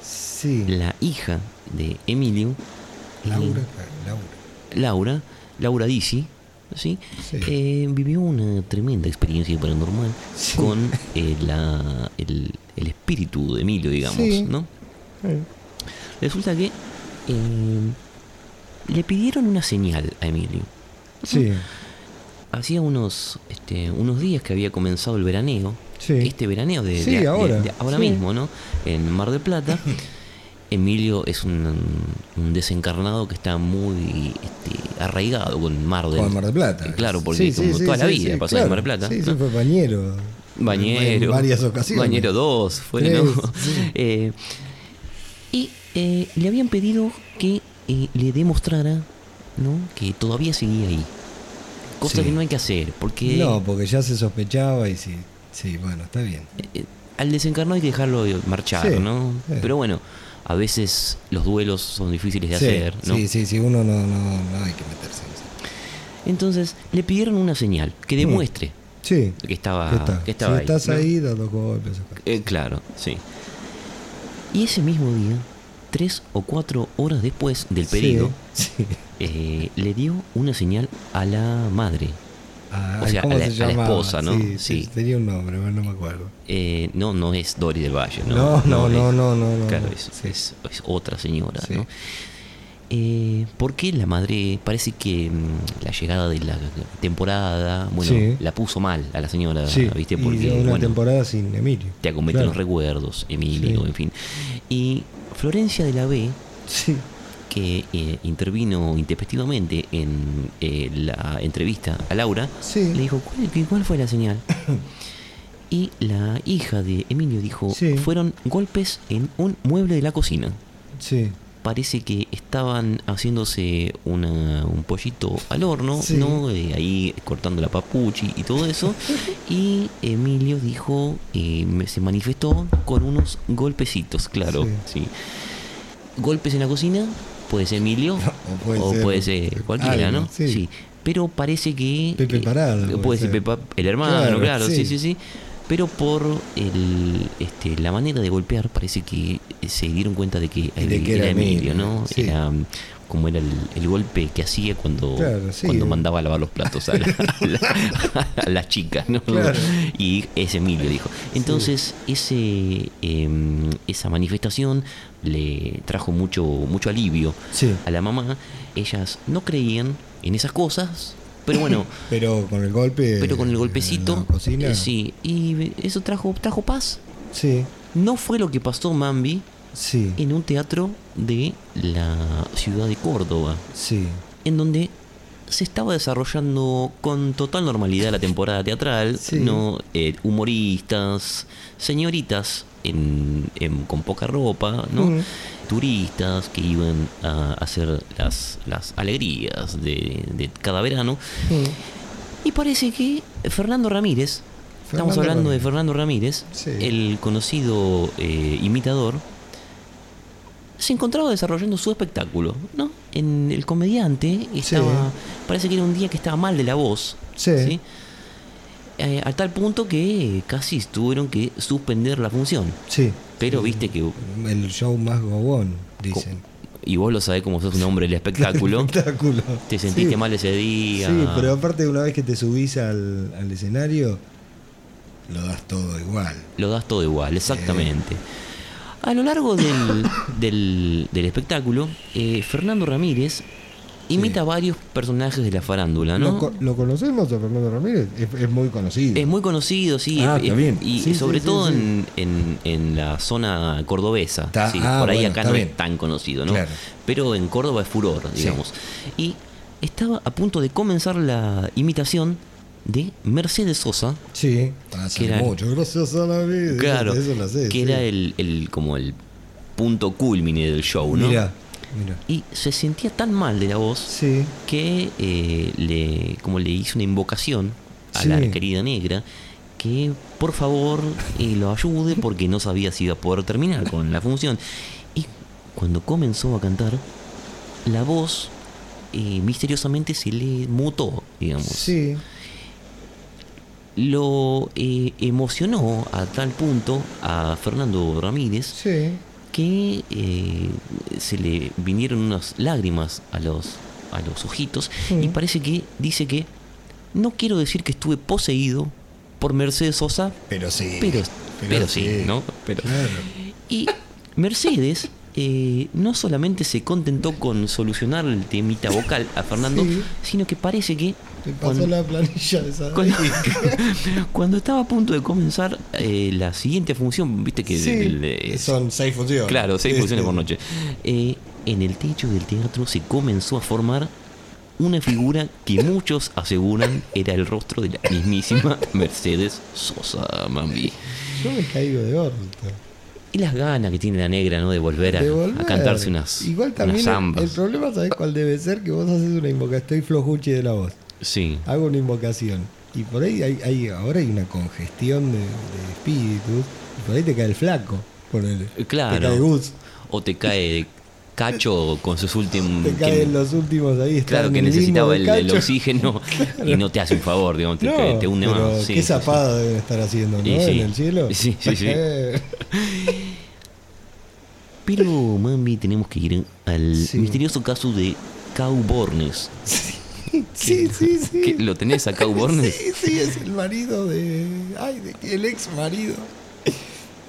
Speaker 1: Sí.
Speaker 2: la hija de Emilio,
Speaker 1: Laura. Laura.
Speaker 2: Laura, Laura Dizzy, ¿sí?
Speaker 1: Sí.
Speaker 2: Eh, vivió una tremenda experiencia paranormal
Speaker 1: Sí.
Speaker 2: con eh, la- el, el espíritu de Emilio, digamos,
Speaker 1: Sí.
Speaker 2: ¿no? Resulta que eh, le pidieron una señal a Emilio.
Speaker 1: Sí.
Speaker 2: Hacía unos, este, unos días que había comenzado el veraneo,
Speaker 1: Sí.
Speaker 2: este veraneo de, de-
Speaker 1: Sí,
Speaker 2: de-
Speaker 1: ahora.
Speaker 2: de ahora
Speaker 1: Sí.
Speaker 2: mismo, ¿no? En Mar del Plata. Emilio es un, un desencarnado que está muy este, arraigado con Mar del eh,
Speaker 1: Con Mar del Plata.
Speaker 2: Claro, porque
Speaker 1: Sí, sí,
Speaker 2: como
Speaker 1: sí,
Speaker 2: toda la
Speaker 1: sí,
Speaker 2: vida
Speaker 1: sí,
Speaker 2: pasó en
Speaker 1: claro.
Speaker 2: Mar del Plata.
Speaker 1: Sí,
Speaker 2: ¿no?
Speaker 1: sí, fue bañero.
Speaker 2: Bañero.
Speaker 1: En varias ocasiones.
Speaker 2: Bañero 2, fue, ¿no?
Speaker 1: Tres, sí.
Speaker 2: Eh, y eh, le habían pedido que eh, le demostrara, ¿no? Que todavía seguía ahí. Cosa
Speaker 1: Sí.
Speaker 2: que no hay que hacer, porque
Speaker 1: No, porque ya se sospechaba y sí. Sí, bueno, está bien.
Speaker 2: eh, al desencarnado hay que dejarlo eh, marchar,
Speaker 1: Sí,
Speaker 2: ¿no?
Speaker 1: sí.
Speaker 2: Pero bueno, a veces los duelos son difíciles de
Speaker 1: sí,
Speaker 2: hacer, ¿no?
Speaker 1: sí, sí, sí, uno no, no, no hay que meterse en eso.
Speaker 2: Entonces le pidieron una señal que demuestre
Speaker 1: Sí.
Speaker 2: que estaba,
Speaker 1: ¿Qué tal?
Speaker 2: que
Speaker 1: Mm.
Speaker 2: estaba
Speaker 1: si
Speaker 2: ahí.
Speaker 1: estás
Speaker 2: ¿no?
Speaker 1: ahí, da dos golpes. esas cosas.
Speaker 2: Eh, claro, sí. Y ese mismo día, tres o cuatro horas después del pedido,
Speaker 1: Sí. sí.
Speaker 2: eh, le dio una señal a la madre.
Speaker 1: Ah,
Speaker 2: O sea,
Speaker 1: ¿cómo
Speaker 2: a la-
Speaker 1: se
Speaker 2: a la
Speaker 1: llamaba?
Speaker 2: esposa, ¿no?
Speaker 1: Sí,
Speaker 2: Sí.
Speaker 1: sí, Tenía un nombre, pero no me acuerdo.
Speaker 2: Eh, no, no es Doris del Valle,
Speaker 1: No,
Speaker 2: ¿no?
Speaker 1: no, no,
Speaker 2: es-
Speaker 1: no, no, no,
Speaker 2: Claro,
Speaker 1: no,
Speaker 2: es,
Speaker 1: sí.
Speaker 2: es- es otra señora,
Speaker 1: Sí.
Speaker 2: ¿no? Eh, porque la madre parece que mm, la llegada de la temporada, bueno,
Speaker 1: Sí.
Speaker 2: la puso mal a la señora,
Speaker 1: sí.
Speaker 2: Ah, ¿viste?
Speaker 1: y
Speaker 2: Porque,
Speaker 1: una
Speaker 2: bueno,
Speaker 1: temporada sin Emilio.
Speaker 2: te acometen
Speaker 1: Claro.
Speaker 2: los recuerdos, Emilio,
Speaker 1: Sí.
Speaker 2: en fin. Y Florencia de la B,
Speaker 1: Sí.
Speaker 2: que eh, intervino intempestivamente en eh, la entrevista a Laura,
Speaker 1: Sí.
Speaker 2: le dijo, ¿cuál, qué- cuál fue la señal? y la hija de Emilio dijo,
Speaker 1: Sí.
Speaker 2: fueron golpes en un mueble de la cocina.
Speaker 1: Sí.
Speaker 2: Parece que estaban haciéndose una- un pollito al horno,
Speaker 1: Sí.
Speaker 2: ¿no? Eh, ahí cortando la papuchi y todo eso. y Emilio dijo, eh, me- se manifestó con unos golpecitos, claro.
Speaker 1: Sí.
Speaker 2: sí. Golpes en la cocina, puede ser Emilio,
Speaker 1: O puede
Speaker 2: o
Speaker 1: ser
Speaker 2: puede ser cualquiera,
Speaker 1: alguien,
Speaker 2: ¿no?
Speaker 1: sí.
Speaker 2: Pero parece que.
Speaker 1: Pepe
Speaker 2: eh,
Speaker 1: Parada,
Speaker 2: Puede,
Speaker 1: puede
Speaker 2: ser
Speaker 1: ser.
Speaker 2: Pepa, el hermano, claro,
Speaker 1: Claro,
Speaker 2: sí. sí,
Speaker 1: sí.
Speaker 2: sí, Pero por el, este, la manera de golpear, parece que eh, se dieron cuenta de que,
Speaker 1: De que
Speaker 2: era
Speaker 1: era
Speaker 2: Emilio,
Speaker 1: Emilio,
Speaker 2: ¿no?
Speaker 1: sí.
Speaker 2: Era mm, como era el, el golpe que hacía cuando,
Speaker 1: Claro, sí.
Speaker 2: cuando mandaba a lavar los platos a, la- a la- a las chicas, ¿no?
Speaker 1: Claro.
Speaker 2: Y es Emilio, dijo. Entonces, ese, em, esa manifestación le trajo mucho, mucho alivio
Speaker 1: Sí.
Speaker 2: a la mamá, ellas no creían en esas cosas, pero bueno,
Speaker 1: Pero con el golpe. eh,
Speaker 2: pero con el
Speaker 1: en
Speaker 2: golpecito,
Speaker 1: la cocina.
Speaker 2: eh, sí, y eso trajo, trajo paz.
Speaker 1: Sí.
Speaker 2: No fue lo que pasó Mambi
Speaker 1: Sí.
Speaker 2: en un teatro de la ciudad de Córdoba,
Speaker 1: Sí.
Speaker 2: en donde se estaba desarrollando con total normalidad la temporada teatral,
Speaker 1: Sí.
Speaker 2: no Eh, humoristas, señoritas en- en- con poca ropa, ¿no?
Speaker 1: Mm.
Speaker 2: turistas que iban a hacer las, las alegrías de, de cada verano.
Speaker 1: Mm.
Speaker 2: Y parece que Fernando Ramírez, estamos
Speaker 1: Fernando
Speaker 2: hablando de
Speaker 1: Ramírez.
Speaker 2: Fernando Ramírez,
Speaker 1: Sí.
Speaker 2: el conocido eh, imitador, se encontraba desarrollando su espectáculo, ¿no? En el comediante estaba, parece que era un día que estaba mal de la voz,
Speaker 1: Sí.
Speaker 2: ¿sí? Eh, a tal punto que casi tuvieron que suspender la función.
Speaker 1: Sí.
Speaker 2: Pero viste que
Speaker 1: El show más gobón, dicen.
Speaker 2: Y vos lo sabés como sos un hombre del espectáculo.
Speaker 1: Espectáculo.
Speaker 2: Te sentiste
Speaker 1: Sí.
Speaker 2: mal ese día.
Speaker 1: Sí, pero aparte, una vez que te subís al, al escenario, lo das todo igual.
Speaker 2: Lo das todo igual, exactamente. A lo largo del, del- del espectáculo, eh, Fernando Ramírez imita varios personajes de la farándula, ¿no?
Speaker 1: ¿Lo, co- lo conocemos a Fernando Ramírez? Es, es muy conocido.
Speaker 2: Es muy conocido, sí.
Speaker 1: Ah,
Speaker 2: es-
Speaker 1: está bien.
Speaker 2: Y
Speaker 1: Sí,
Speaker 2: sobre
Speaker 1: sí, sí,
Speaker 2: todo
Speaker 1: sí.
Speaker 2: En, en- en la zona cordobesa.
Speaker 1: Está-
Speaker 2: sí,
Speaker 1: ah,
Speaker 2: por ahí
Speaker 1: bueno,
Speaker 2: acá
Speaker 1: está
Speaker 2: no
Speaker 1: bien.
Speaker 2: es tan conocido, ¿no?
Speaker 1: Claro.
Speaker 2: Pero en Córdoba es furor, digamos. Y estaba a punto de comenzar la imitación de Mercedes Sosa.
Speaker 4: Sí.
Speaker 1: Hace
Speaker 2: que era-
Speaker 1: mucho. Gracias a la vida.
Speaker 2: Claro,
Speaker 1: Eso lo sé.
Speaker 2: que
Speaker 1: sí.
Speaker 2: era el, el- como el punto culmine del show, ¿no?
Speaker 4: Mira, mira.
Speaker 2: Y se sentía tan mal de la voz
Speaker 4: Sí.
Speaker 2: que eh, le, como le hizo una invocación a la
Speaker 4: Sí.
Speaker 2: querida negra que por favor eh, lo ayude porque no sabía si iba a poder terminar con la función. Y cuando comenzó a cantar, la voz eh, misteriosamente se le mutó, digamos
Speaker 4: Sí.
Speaker 2: lo eh, emocionó a tal punto a Fernando Ramírez
Speaker 4: Sí.
Speaker 2: que eh, se le vinieron unas lágrimas a los, a los ojitos y parece que dice que no quiero decir que estuve poseído por Mercedes Sosa,
Speaker 1: Eh, Pero sí.
Speaker 2: pero, pero sí, ¿no? Pero,
Speaker 1: Claro.
Speaker 2: y Mercedes eh, no solamente se contentó con solucionar el temita vocal a Fernando,
Speaker 1: Sí.
Speaker 2: sino que parece que
Speaker 1: Te pasó
Speaker 2: cuando-
Speaker 1: la planilla de esa.
Speaker 2: cuando, cuando estaba a punto de comenzar eh, la siguiente función, viste que
Speaker 1: Sí,
Speaker 2: el- el-
Speaker 1: son seis funciones.
Speaker 2: claro, seis
Speaker 1: Sí,
Speaker 2: funciones
Speaker 1: sí.
Speaker 2: por noche. Eh, en el techo del teatro se comenzó a formar una figura que muchos aseguran era el rostro de la mismísima Mercedes Sosa, mami.
Speaker 1: Yo me caigo de orto.
Speaker 2: Y las ganas que tiene la negra, ¿no? De volver a,
Speaker 1: De
Speaker 2: a
Speaker 1: volver.
Speaker 2: cantarse unas,
Speaker 1: Igual
Speaker 2: unas
Speaker 1: también el,
Speaker 2: zambas.
Speaker 1: el problema, ¿sabés cuál debe ser? Que vos haces una invocación. Estoy flojuchi de la voz.
Speaker 2: Sí.
Speaker 1: Hago una invocación. Y por ahí hay, hay- ahora hay una congestión de, de espíritus. Y por ahí te cae el flaco. Ponele. Te cae
Speaker 2: Claro.
Speaker 1: Gus.
Speaker 2: O te cae Cacho con sus últimos...
Speaker 1: Te caen los últimos ahí. están
Speaker 2: Mm, Claro, que
Speaker 1: en el limbo
Speaker 2: necesitaba
Speaker 1: del
Speaker 2: el, el
Speaker 1: cacho.
Speaker 2: oxígeno y no te hace un favor, digamos, te,
Speaker 1: No,
Speaker 2: te hunde
Speaker 1: pero
Speaker 2: más.
Speaker 1: qué
Speaker 2: Sí, sí, sí.
Speaker 1: zapada deben estar haciendo, ¿no?
Speaker 2: Y sí.
Speaker 1: En el cielo.
Speaker 2: Sí, sí, sí. Pero, mami, tenemos que ir al
Speaker 1: Sí.
Speaker 2: misterioso caso de Cau Bornes.
Speaker 1: sí, sí,
Speaker 2: ¿Qué,
Speaker 1: sí.
Speaker 2: ¿Lo tenés a Cau Bornes?
Speaker 1: Sí, sí, es el marido de. Ay, de- el ex marido.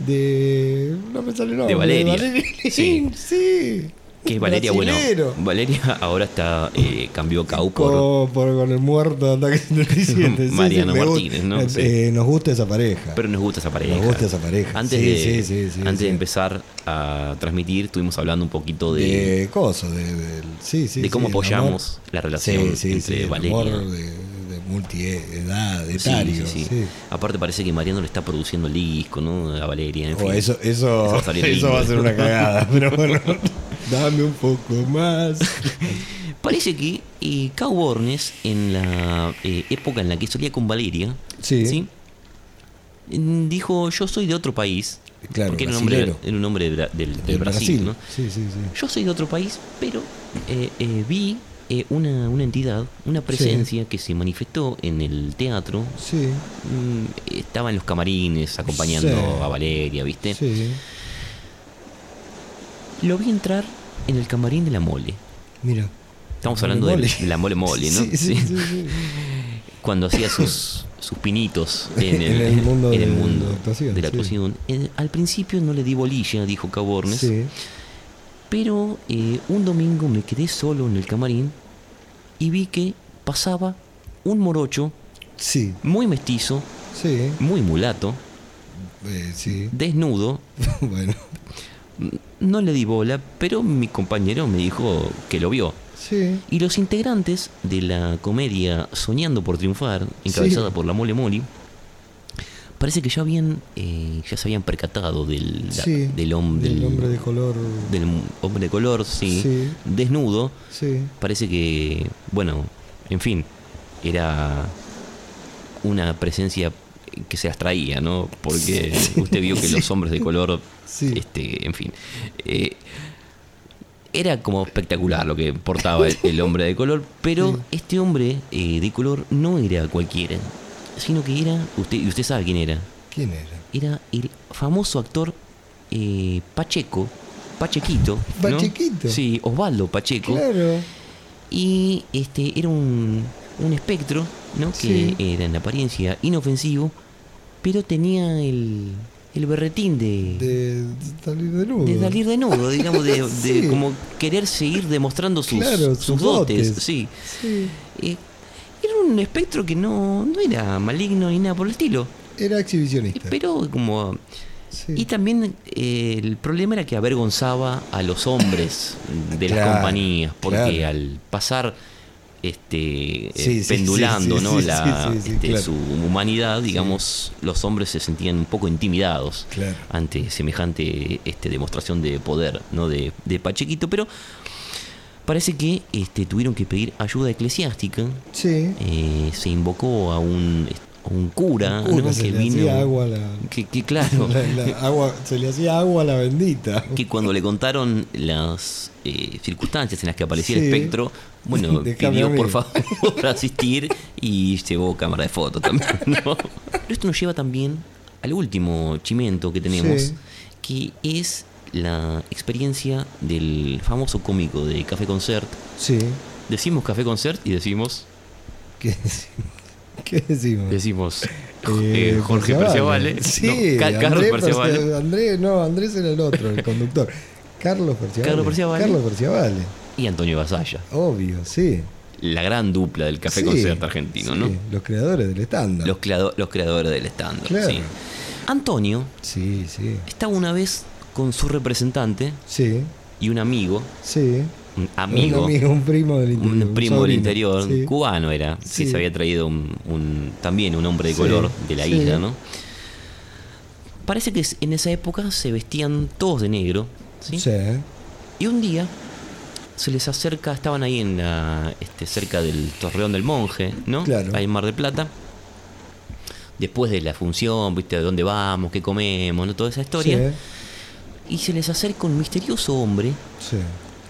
Speaker 1: De. No me sale el nombre.
Speaker 2: Valeria.
Speaker 1: Sí.
Speaker 2: Sí.
Speaker 1: sí.
Speaker 2: Que Valeria, bueno,
Speaker 1: Brasilero.
Speaker 2: Valeria ahora está eh, cambió Cau por...
Speaker 1: Con, por- con el muerto de Ataque 77. Sí,
Speaker 2: Mariano
Speaker 1: sí, me
Speaker 2: Martínez,
Speaker 1: gusta.
Speaker 2: ¿no?
Speaker 1: Eh,
Speaker 2: Sí.
Speaker 1: eh, nos gusta esa pareja.
Speaker 2: Pero nos gusta esa pareja.
Speaker 1: Nos gusta esa pareja.
Speaker 2: Antes,
Speaker 1: Sí,
Speaker 2: de,
Speaker 1: sí, sí, sí,
Speaker 2: antes
Speaker 1: sí.
Speaker 2: de empezar a transmitir, estuvimos hablando un poquito
Speaker 1: de,
Speaker 2: de,
Speaker 1: cosas, de, del- sí, sí,
Speaker 2: de cómo
Speaker 1: sí, el
Speaker 2: apoyamos la relación entre
Speaker 1: el
Speaker 2: Valeria.
Speaker 1: amor de, de multiedad,
Speaker 2: Sí,
Speaker 1: etario.
Speaker 2: sí, sí.
Speaker 1: sí.
Speaker 2: Aparte parece que Mariano le está produciendo el disco, ¿no? A Valeria, en
Speaker 1: O
Speaker 2: fin.
Speaker 1: Oh, eso, eso,
Speaker 2: Eso va a
Speaker 1: eso,
Speaker 2: salir lindo.
Speaker 1: va a ser una cagada, pero bueno, dame un poco más.
Speaker 2: Parece que eh, Cao Bornes, en la eh, época en la que solía con Valeria,
Speaker 1: Sí.
Speaker 2: Mm, dijo, yo soy de otro país,
Speaker 1: Claro,
Speaker 2: porque era un hombre,
Speaker 1: brasilero.
Speaker 2: era un hombre de, Bra- del- de
Speaker 1: Del
Speaker 2: Brasil, ¿no?
Speaker 1: Sí, sí, sí.
Speaker 2: Yo soy de otro país, pero eh, eh, vi eh, una, una entidad, una presencia que se manifestó en el teatro,
Speaker 1: Sí,
Speaker 2: mm, estaba en los camarines acompañando
Speaker 1: Sí.
Speaker 2: a Valeria, ¿viste?
Speaker 1: sí.
Speaker 2: Lo vi entrar en el camarín de la mole.
Speaker 4: Mira.
Speaker 2: Estamos
Speaker 1: La
Speaker 2: hablando
Speaker 1: Mole
Speaker 2: de
Speaker 1: Mole.
Speaker 2: la mole mole, ¿no?
Speaker 1: Sí, sí,
Speaker 2: Sí.
Speaker 1: sí, sí.
Speaker 2: Cuando hacía sus, sus pinitos en el,
Speaker 1: En el mundo
Speaker 2: en el
Speaker 1: de la
Speaker 2: mundo
Speaker 1: actuación,
Speaker 2: de la
Speaker 1: sí.
Speaker 2: actuación. Eh, al principio no le di bolilla, dijo Cabornes,
Speaker 1: Sí.
Speaker 2: pero eh, un domingo me quedé solo en el camarín y vi que pasaba un morocho
Speaker 1: Sí,
Speaker 2: muy mestizo,
Speaker 1: sí,
Speaker 2: muy mulato,
Speaker 1: eh, sí.
Speaker 2: desnudo.
Speaker 1: Bueno,
Speaker 2: No le di bola, pero mi compañero me dijo que lo vio.
Speaker 1: sí.
Speaker 2: Y los integrantes de la comedia Soñando por Triunfar, encabezada
Speaker 1: Sí.
Speaker 2: por la Mole Moli, parece que ya habían eh, ya se habían percatado del, la-
Speaker 1: sí.
Speaker 2: del, hom- del-
Speaker 1: Del hombre de color.
Speaker 2: del hombre de color, sí,
Speaker 1: Sí.
Speaker 2: desnudo.
Speaker 1: Sí.
Speaker 2: Parece que, bueno, en fin, era una presencia que se abstraía, ¿no? Porque usted vio que los hombres de color,
Speaker 1: Sí.
Speaker 2: este, en fin, eh, era como espectacular lo que portaba el, el hombre de color, pero este hombre eh, de color no era cualquiera, sino que era, usted, y usted sabe quién era,
Speaker 1: ¿Quién era?
Speaker 2: era el famoso actor eh, Pacheco, Pachequito, ¿no?
Speaker 1: Pachequito.
Speaker 2: sí, Osvaldo Pacheco
Speaker 1: Claro.
Speaker 2: y este era un, un espectro ¿no? que
Speaker 1: Sí.
Speaker 2: era en apariencia inofensivo pero tenía el, el berretín de,
Speaker 3: de salir de nudo.
Speaker 2: de salir de nudo, digamos, de, de
Speaker 3: Sí.
Speaker 2: como querer seguir demostrando sus,
Speaker 3: Claro,
Speaker 2: sus
Speaker 3: sus
Speaker 2: dotes.
Speaker 3: dotes.
Speaker 2: Sí.
Speaker 3: Sí.
Speaker 2: Eh, era un espectro que no, no era maligno ni nada por el estilo.
Speaker 3: Era
Speaker 2: Eh,
Speaker 3: exhibicionista.
Speaker 2: Pero como...
Speaker 3: Sí.
Speaker 2: Y también eh, el problema era que avergonzaba a los hombres de las
Speaker 3: Claro,
Speaker 2: compañías, porque
Speaker 3: claro.
Speaker 2: al pasar este eh,
Speaker 3: Sí, sí,
Speaker 2: pendulando
Speaker 3: sí, sí,
Speaker 2: ¿no?
Speaker 3: sí,
Speaker 2: la,
Speaker 3: sí, sí,
Speaker 2: este,
Speaker 3: claro.
Speaker 2: su humanidad, digamos, los hombres se sentían un poco intimidados
Speaker 3: Claro.
Speaker 2: ante semejante este, demostración de poder ¿no? de, de Pachequito, pero parece que este, tuvieron que pedir ayuda eclesiástica.
Speaker 3: Sí.
Speaker 2: Eh, se invocó a un, a un cura,
Speaker 3: Cura,
Speaker 2: Ah, ¿no?
Speaker 3: se
Speaker 2: que
Speaker 3: le
Speaker 2: vino.
Speaker 3: hacía agua a la,
Speaker 2: que, que claro,
Speaker 3: la- la agua. Se le hacía agua a la bendita.
Speaker 2: que cuando le contaron las eh, circunstancias en las que aparecía el
Speaker 3: Sí.
Speaker 2: espectro, bueno,
Speaker 3: Déjame a
Speaker 2: pidió
Speaker 3: mí.
Speaker 2: por favor asistir y llevó cámara de foto también. ¿no? Pero esto nos lleva también al último chimento que tenemos, que es la experiencia del famoso cómico de Café Concert.
Speaker 3: Sí.
Speaker 2: Decimos Café Concert y decimos,
Speaker 3: ¿Qué decimos? ¿Qué decimos?
Speaker 2: decimos
Speaker 3: Eh,
Speaker 2: eh, Jorge
Speaker 3: Perciavale.
Speaker 2: Perciavale,
Speaker 3: Sí,
Speaker 2: no, Ca- Carlos
Speaker 3: Andrés
Speaker 2: Perciavale.
Speaker 3: Percia- Andrés, no, Andrés era el otro, el conductor. Carlos Perciavale.
Speaker 2: Carlos Perciavale.
Speaker 3: Carlos Perciavale,
Speaker 2: y Antonio Vasalla,
Speaker 3: obvio, sí.
Speaker 2: la gran dupla del Café
Speaker 3: Sí,
Speaker 2: Concert argentino,
Speaker 3: sí,
Speaker 2: ¿no?
Speaker 3: Los creadores del estándar.
Speaker 2: Los, creado- los creadores del estándar.
Speaker 3: Claro.
Speaker 2: sí. Antonio
Speaker 3: Sí, sí.
Speaker 2: estaba una vez con su representante
Speaker 3: Sí,
Speaker 2: y un amigo,
Speaker 3: sí.
Speaker 2: un amigo,
Speaker 3: Un,
Speaker 2: un,
Speaker 3: amigo, un primo del interior. un
Speaker 2: primo del
Speaker 3: sobrino.
Speaker 2: interior,
Speaker 3: Sí.
Speaker 2: cubano era, sí.
Speaker 3: Sí.
Speaker 2: se había traído un, un- también un hombre de
Speaker 3: Sí,
Speaker 2: color de la
Speaker 3: sí.
Speaker 2: isla, ¿no? Parece que en esa época se vestían todos de negro, ¿sí?
Speaker 3: Sí.
Speaker 2: Y un día se les acerca, estaban ahí en la, este, cerca del Torreón del Monje, ¿no?
Speaker 3: Claro.
Speaker 2: Ahí en Mar del Plata. Después de la función, ¿viste? ¿De dónde vamos? ¿Qué comemos? ¿No? Toda esa historia. Y se les acerca un misterioso hombre
Speaker 3: Sí, sí.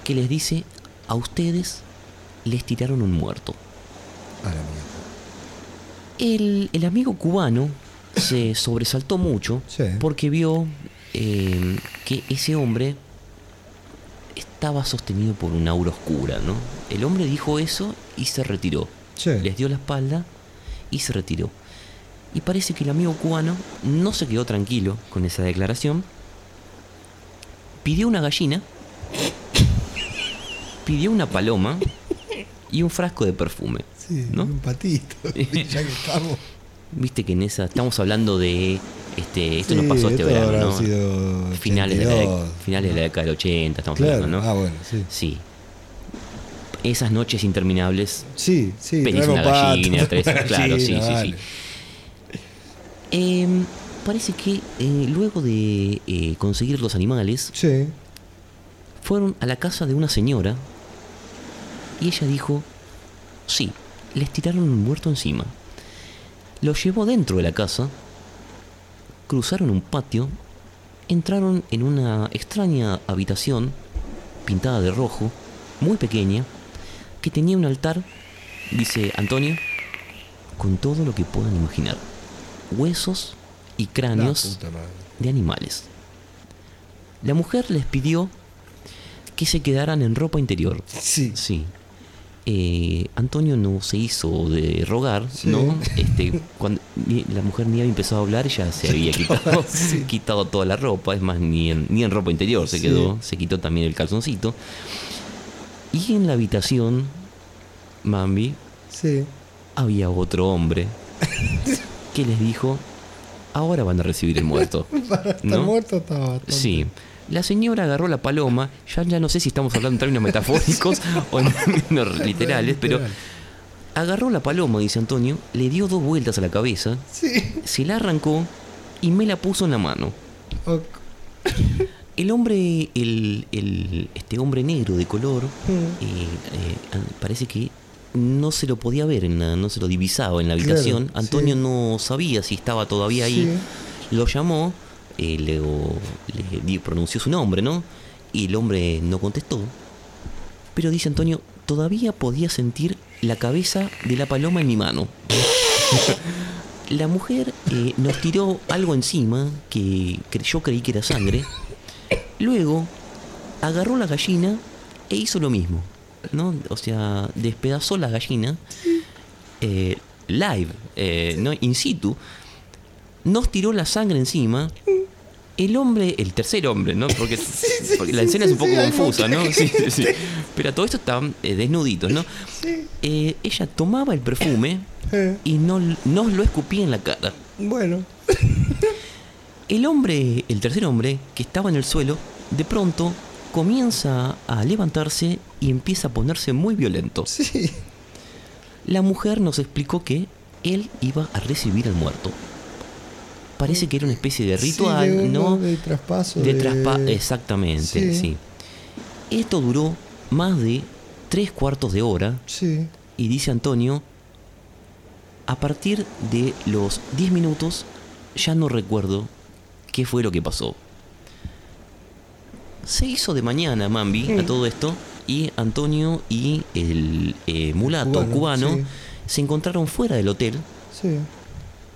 Speaker 2: que les dice, a ustedes les tiraron un muerto.
Speaker 3: A la mierda.
Speaker 2: El, el amigo cubano se sobresaltó mucho
Speaker 3: Sí.
Speaker 2: porque vio eh, que ese hombre estaba sostenido por una aura oscura, ¿no? El hombre dijo eso y se retiró.
Speaker 3: Sí.
Speaker 2: Les dio la espalda y se retiró. Y parece que el amigo cubano no se quedó tranquilo con esa declaración. Pidió una gallina, pidió una paloma y un frasco de perfume.
Speaker 3: Sí,
Speaker 2: ¿no?
Speaker 3: un patito. ya que estamos.
Speaker 2: Viste que en esa estamos hablando de este esto
Speaker 3: Sí,
Speaker 2: nos pasó este
Speaker 3: esto
Speaker 2: verano,
Speaker 3: habrá
Speaker 2: ¿no?
Speaker 3: sido
Speaker 2: finales de, la década,
Speaker 3: 82,
Speaker 2: finales de la década del 80, estamos
Speaker 3: Claro.
Speaker 2: hablando, ¿no?
Speaker 3: Ah, bueno, sí.
Speaker 2: Sí. Esas noches interminables
Speaker 3: Sí, sí.
Speaker 2: Pedís
Speaker 3: traemos
Speaker 2: una gallina,
Speaker 3: pato,
Speaker 2: traes-
Speaker 3: traemos
Speaker 2: claro, sí, sí, sí.
Speaker 3: vale.
Speaker 2: Em, parece que eh, luego de eh, conseguir los animales,
Speaker 3: Sí.
Speaker 2: fueron a la casa de una señora y ella dijo, sí, les tiraron un muerto encima. Lo llevó dentro de la casa, cruzaron un patio, entraron en una extraña habitación pintada de rojo, muy pequeña, que tenía un altar, dice Antonio, con todo lo que puedan imaginar. Huesos y
Speaker 3: La
Speaker 2: cráneos
Speaker 3: puta madre.
Speaker 2: de animales. La mujer les pidió que se quedaran en ropa interior.
Speaker 3: Sí.
Speaker 2: Sí. Eh, Antonio no se hizo de rogar,
Speaker 3: Sí.
Speaker 2: ¿no? Este, cuando ni- la mujer ni había empezado a hablar, ya se había quitado, quitado toda la ropa, es más, ni en, ni en ropa interior se
Speaker 3: Sí.
Speaker 2: quedó, se quitó también el calzoncito. Y en la habitación, Mambi,
Speaker 3: Sí.
Speaker 2: había otro hombre que les dijo, ahora van a recibir el muerto.
Speaker 3: Está muerto, está bastante.
Speaker 2: Sí. La señora agarró la paloma, ya, ya no sé si estamos hablando en términos metafóricos o en términos literales, pero
Speaker 3: Literal.
Speaker 2: agarró la paloma, dice Antonio, le dio dos vueltas a la cabeza,
Speaker 3: Sí.
Speaker 2: se la arrancó y me la puso en la mano.
Speaker 3: O-
Speaker 2: El hombre, el, el- este hombre negro de color,
Speaker 3: mm,
Speaker 2: eh, eh, parece que no se lo podía ver, en la- no se lo divisaba en la
Speaker 3: Claro,
Speaker 2: habitación. Antonio
Speaker 3: sí.
Speaker 2: no sabía si estaba todavía ahí. Lo llamó, eh, le, le di- pronunció su nombre, ¿no? Y el hombre no contestó. Pero dice Antonio, todavía podía sentir la cabeza de la paloma en mi mano. La mujer eh, nos tiró algo encima que cre- yo creí que era sangre. Luego agarró la gallina e hizo lo mismo. ¿no? O sea, despedazó la gallina
Speaker 3: Mm.
Speaker 2: eh, live, eh, ¿no? in situ. Nos tiró la sangre encima El hombre, el tercer hombre, ¿no? Porque,
Speaker 3: Mm. sí,
Speaker 2: porque la
Speaker 3: sí,
Speaker 2: escena
Speaker 3: sí,
Speaker 2: es un poco
Speaker 3: sí, hay
Speaker 2: confusa,
Speaker 3: mucha
Speaker 2: ¿no? Sí, sí, sí. Pero todo esto está eh, desnuditos, ¿no? Eh, ella tomaba el perfume
Speaker 3: Eh,
Speaker 2: y no, nos lo escupía en la cara.
Speaker 3: bueno,
Speaker 2: El hombre, el tercer hombre, que estaba en el suelo, de pronto comienza a levantarse y empieza a ponerse muy violento.
Speaker 3: sí.
Speaker 2: La mujer nos explicó que él iba a recibir al muerto. Parece que era una especie de ritual,
Speaker 3: Sí, de
Speaker 2: ¿no?
Speaker 3: uno De traspaso.
Speaker 2: De
Speaker 3: de-
Speaker 2: traspa exactamente, sí.
Speaker 3: Sí.
Speaker 2: Esto duró más de tres cuartos de hora
Speaker 3: Sí.
Speaker 2: y dice Antonio, a partir de los 10 minutos ya no recuerdo qué fue lo que pasó. Se hizo de mañana, Mambi, a todo esto, y Antonio y el eh, mulato
Speaker 3: Cubano,
Speaker 2: cubano,
Speaker 3: sí.
Speaker 2: se encontraron fuera del hotel
Speaker 3: Sí.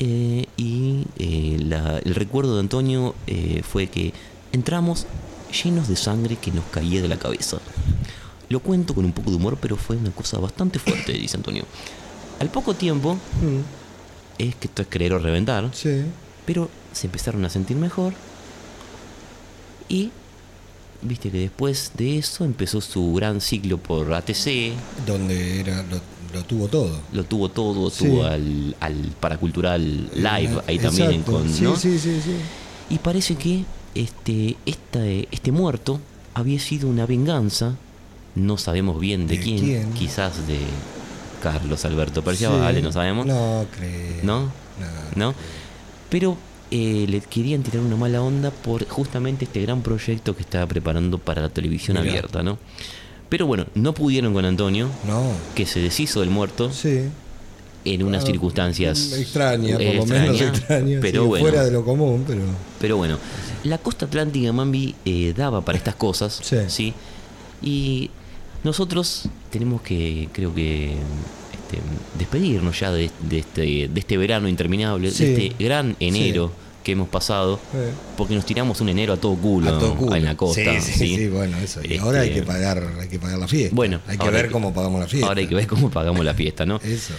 Speaker 2: eh, y eh, la- el recuerdo de Antonio eh, fue que entramos llenos de sangre que nos caía de la cabeza. Lo cuento con un poco de humor, pero fue una cosa bastante fuerte, dice Antonio. Al poco tiempo,
Speaker 3: Mm,
Speaker 2: es que esto es creer o reventar,
Speaker 3: Sí.
Speaker 2: pero se empezaron a sentir mejor. Y viste que después de eso empezó su gran ciclo por ATC,
Speaker 1: Donde era, lo, lo tuvo todo.
Speaker 2: lo tuvo todo,
Speaker 3: Sí. Eh,
Speaker 2: tuvo al, al paracultural live ahí
Speaker 3: Exacto.
Speaker 2: también con,
Speaker 3: Sí,
Speaker 2: ¿no?
Speaker 3: sí, sí, sí.
Speaker 2: Y parece que este, esta, eh, este muerto había sido una venganza, no sabemos bien de,
Speaker 1: ¿De
Speaker 2: quién,
Speaker 1: quién?
Speaker 2: quizás de Carlos Alberto Persia,
Speaker 3: Sí.
Speaker 2: vale, no sabemos, ¿no?
Speaker 1: No creo. No.
Speaker 2: Pero eh, le querían tirar una mala onda por justamente este gran proyecto que estaba preparando para la televisión
Speaker 1: Mirá.
Speaker 2: abierta, ¿no? Pero bueno, no pudieron con Antonio,
Speaker 1: No.
Speaker 2: que se deshizo del muerto
Speaker 3: Sí.
Speaker 2: en unas
Speaker 3: Ah,
Speaker 2: circunstancias
Speaker 3: Extraña, por lo
Speaker 2: extraña,
Speaker 3: menos extraña.
Speaker 2: pero
Speaker 3: sí,
Speaker 2: bueno.
Speaker 3: Fuera de lo común, pero.
Speaker 2: Pero bueno, la costa atlántica Mambi eh, daba para estas cosas, sí.
Speaker 3: Sí.
Speaker 2: Y nosotros tenemos que, creo que, este, despedirnos ya de, de este, de este verano interminable,
Speaker 3: Sí.
Speaker 2: de este gran enero que hemos pasado,
Speaker 3: eh,
Speaker 2: porque nos tiramos un enero a todo culo,
Speaker 1: A todo culo.
Speaker 2: en la costa.
Speaker 1: Sí, sí,
Speaker 2: ¿sí?
Speaker 1: sí, bueno, eso. Y
Speaker 2: Este,
Speaker 1: ahora hay que pagar, hay que pagar la fiesta.
Speaker 2: Bueno,
Speaker 1: hay que
Speaker 2: ahora
Speaker 1: ver
Speaker 2: hay que-
Speaker 1: cómo pagamos la fiesta.
Speaker 2: Ahora hay que ver cómo pagamos la fiesta, ¿no?
Speaker 1: Eso.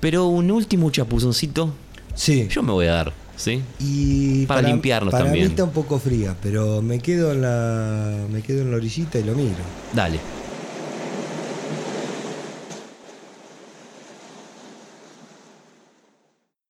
Speaker 2: Pero un último chapuzoncito,
Speaker 3: Sí.
Speaker 2: yo me voy a dar, ¿sí?
Speaker 3: Y
Speaker 2: Para limpiarnos
Speaker 3: para
Speaker 2: también.
Speaker 3: Mí está un poco fría, pero me quedo en la me quedo en la orillita y lo miro.
Speaker 2: Dale,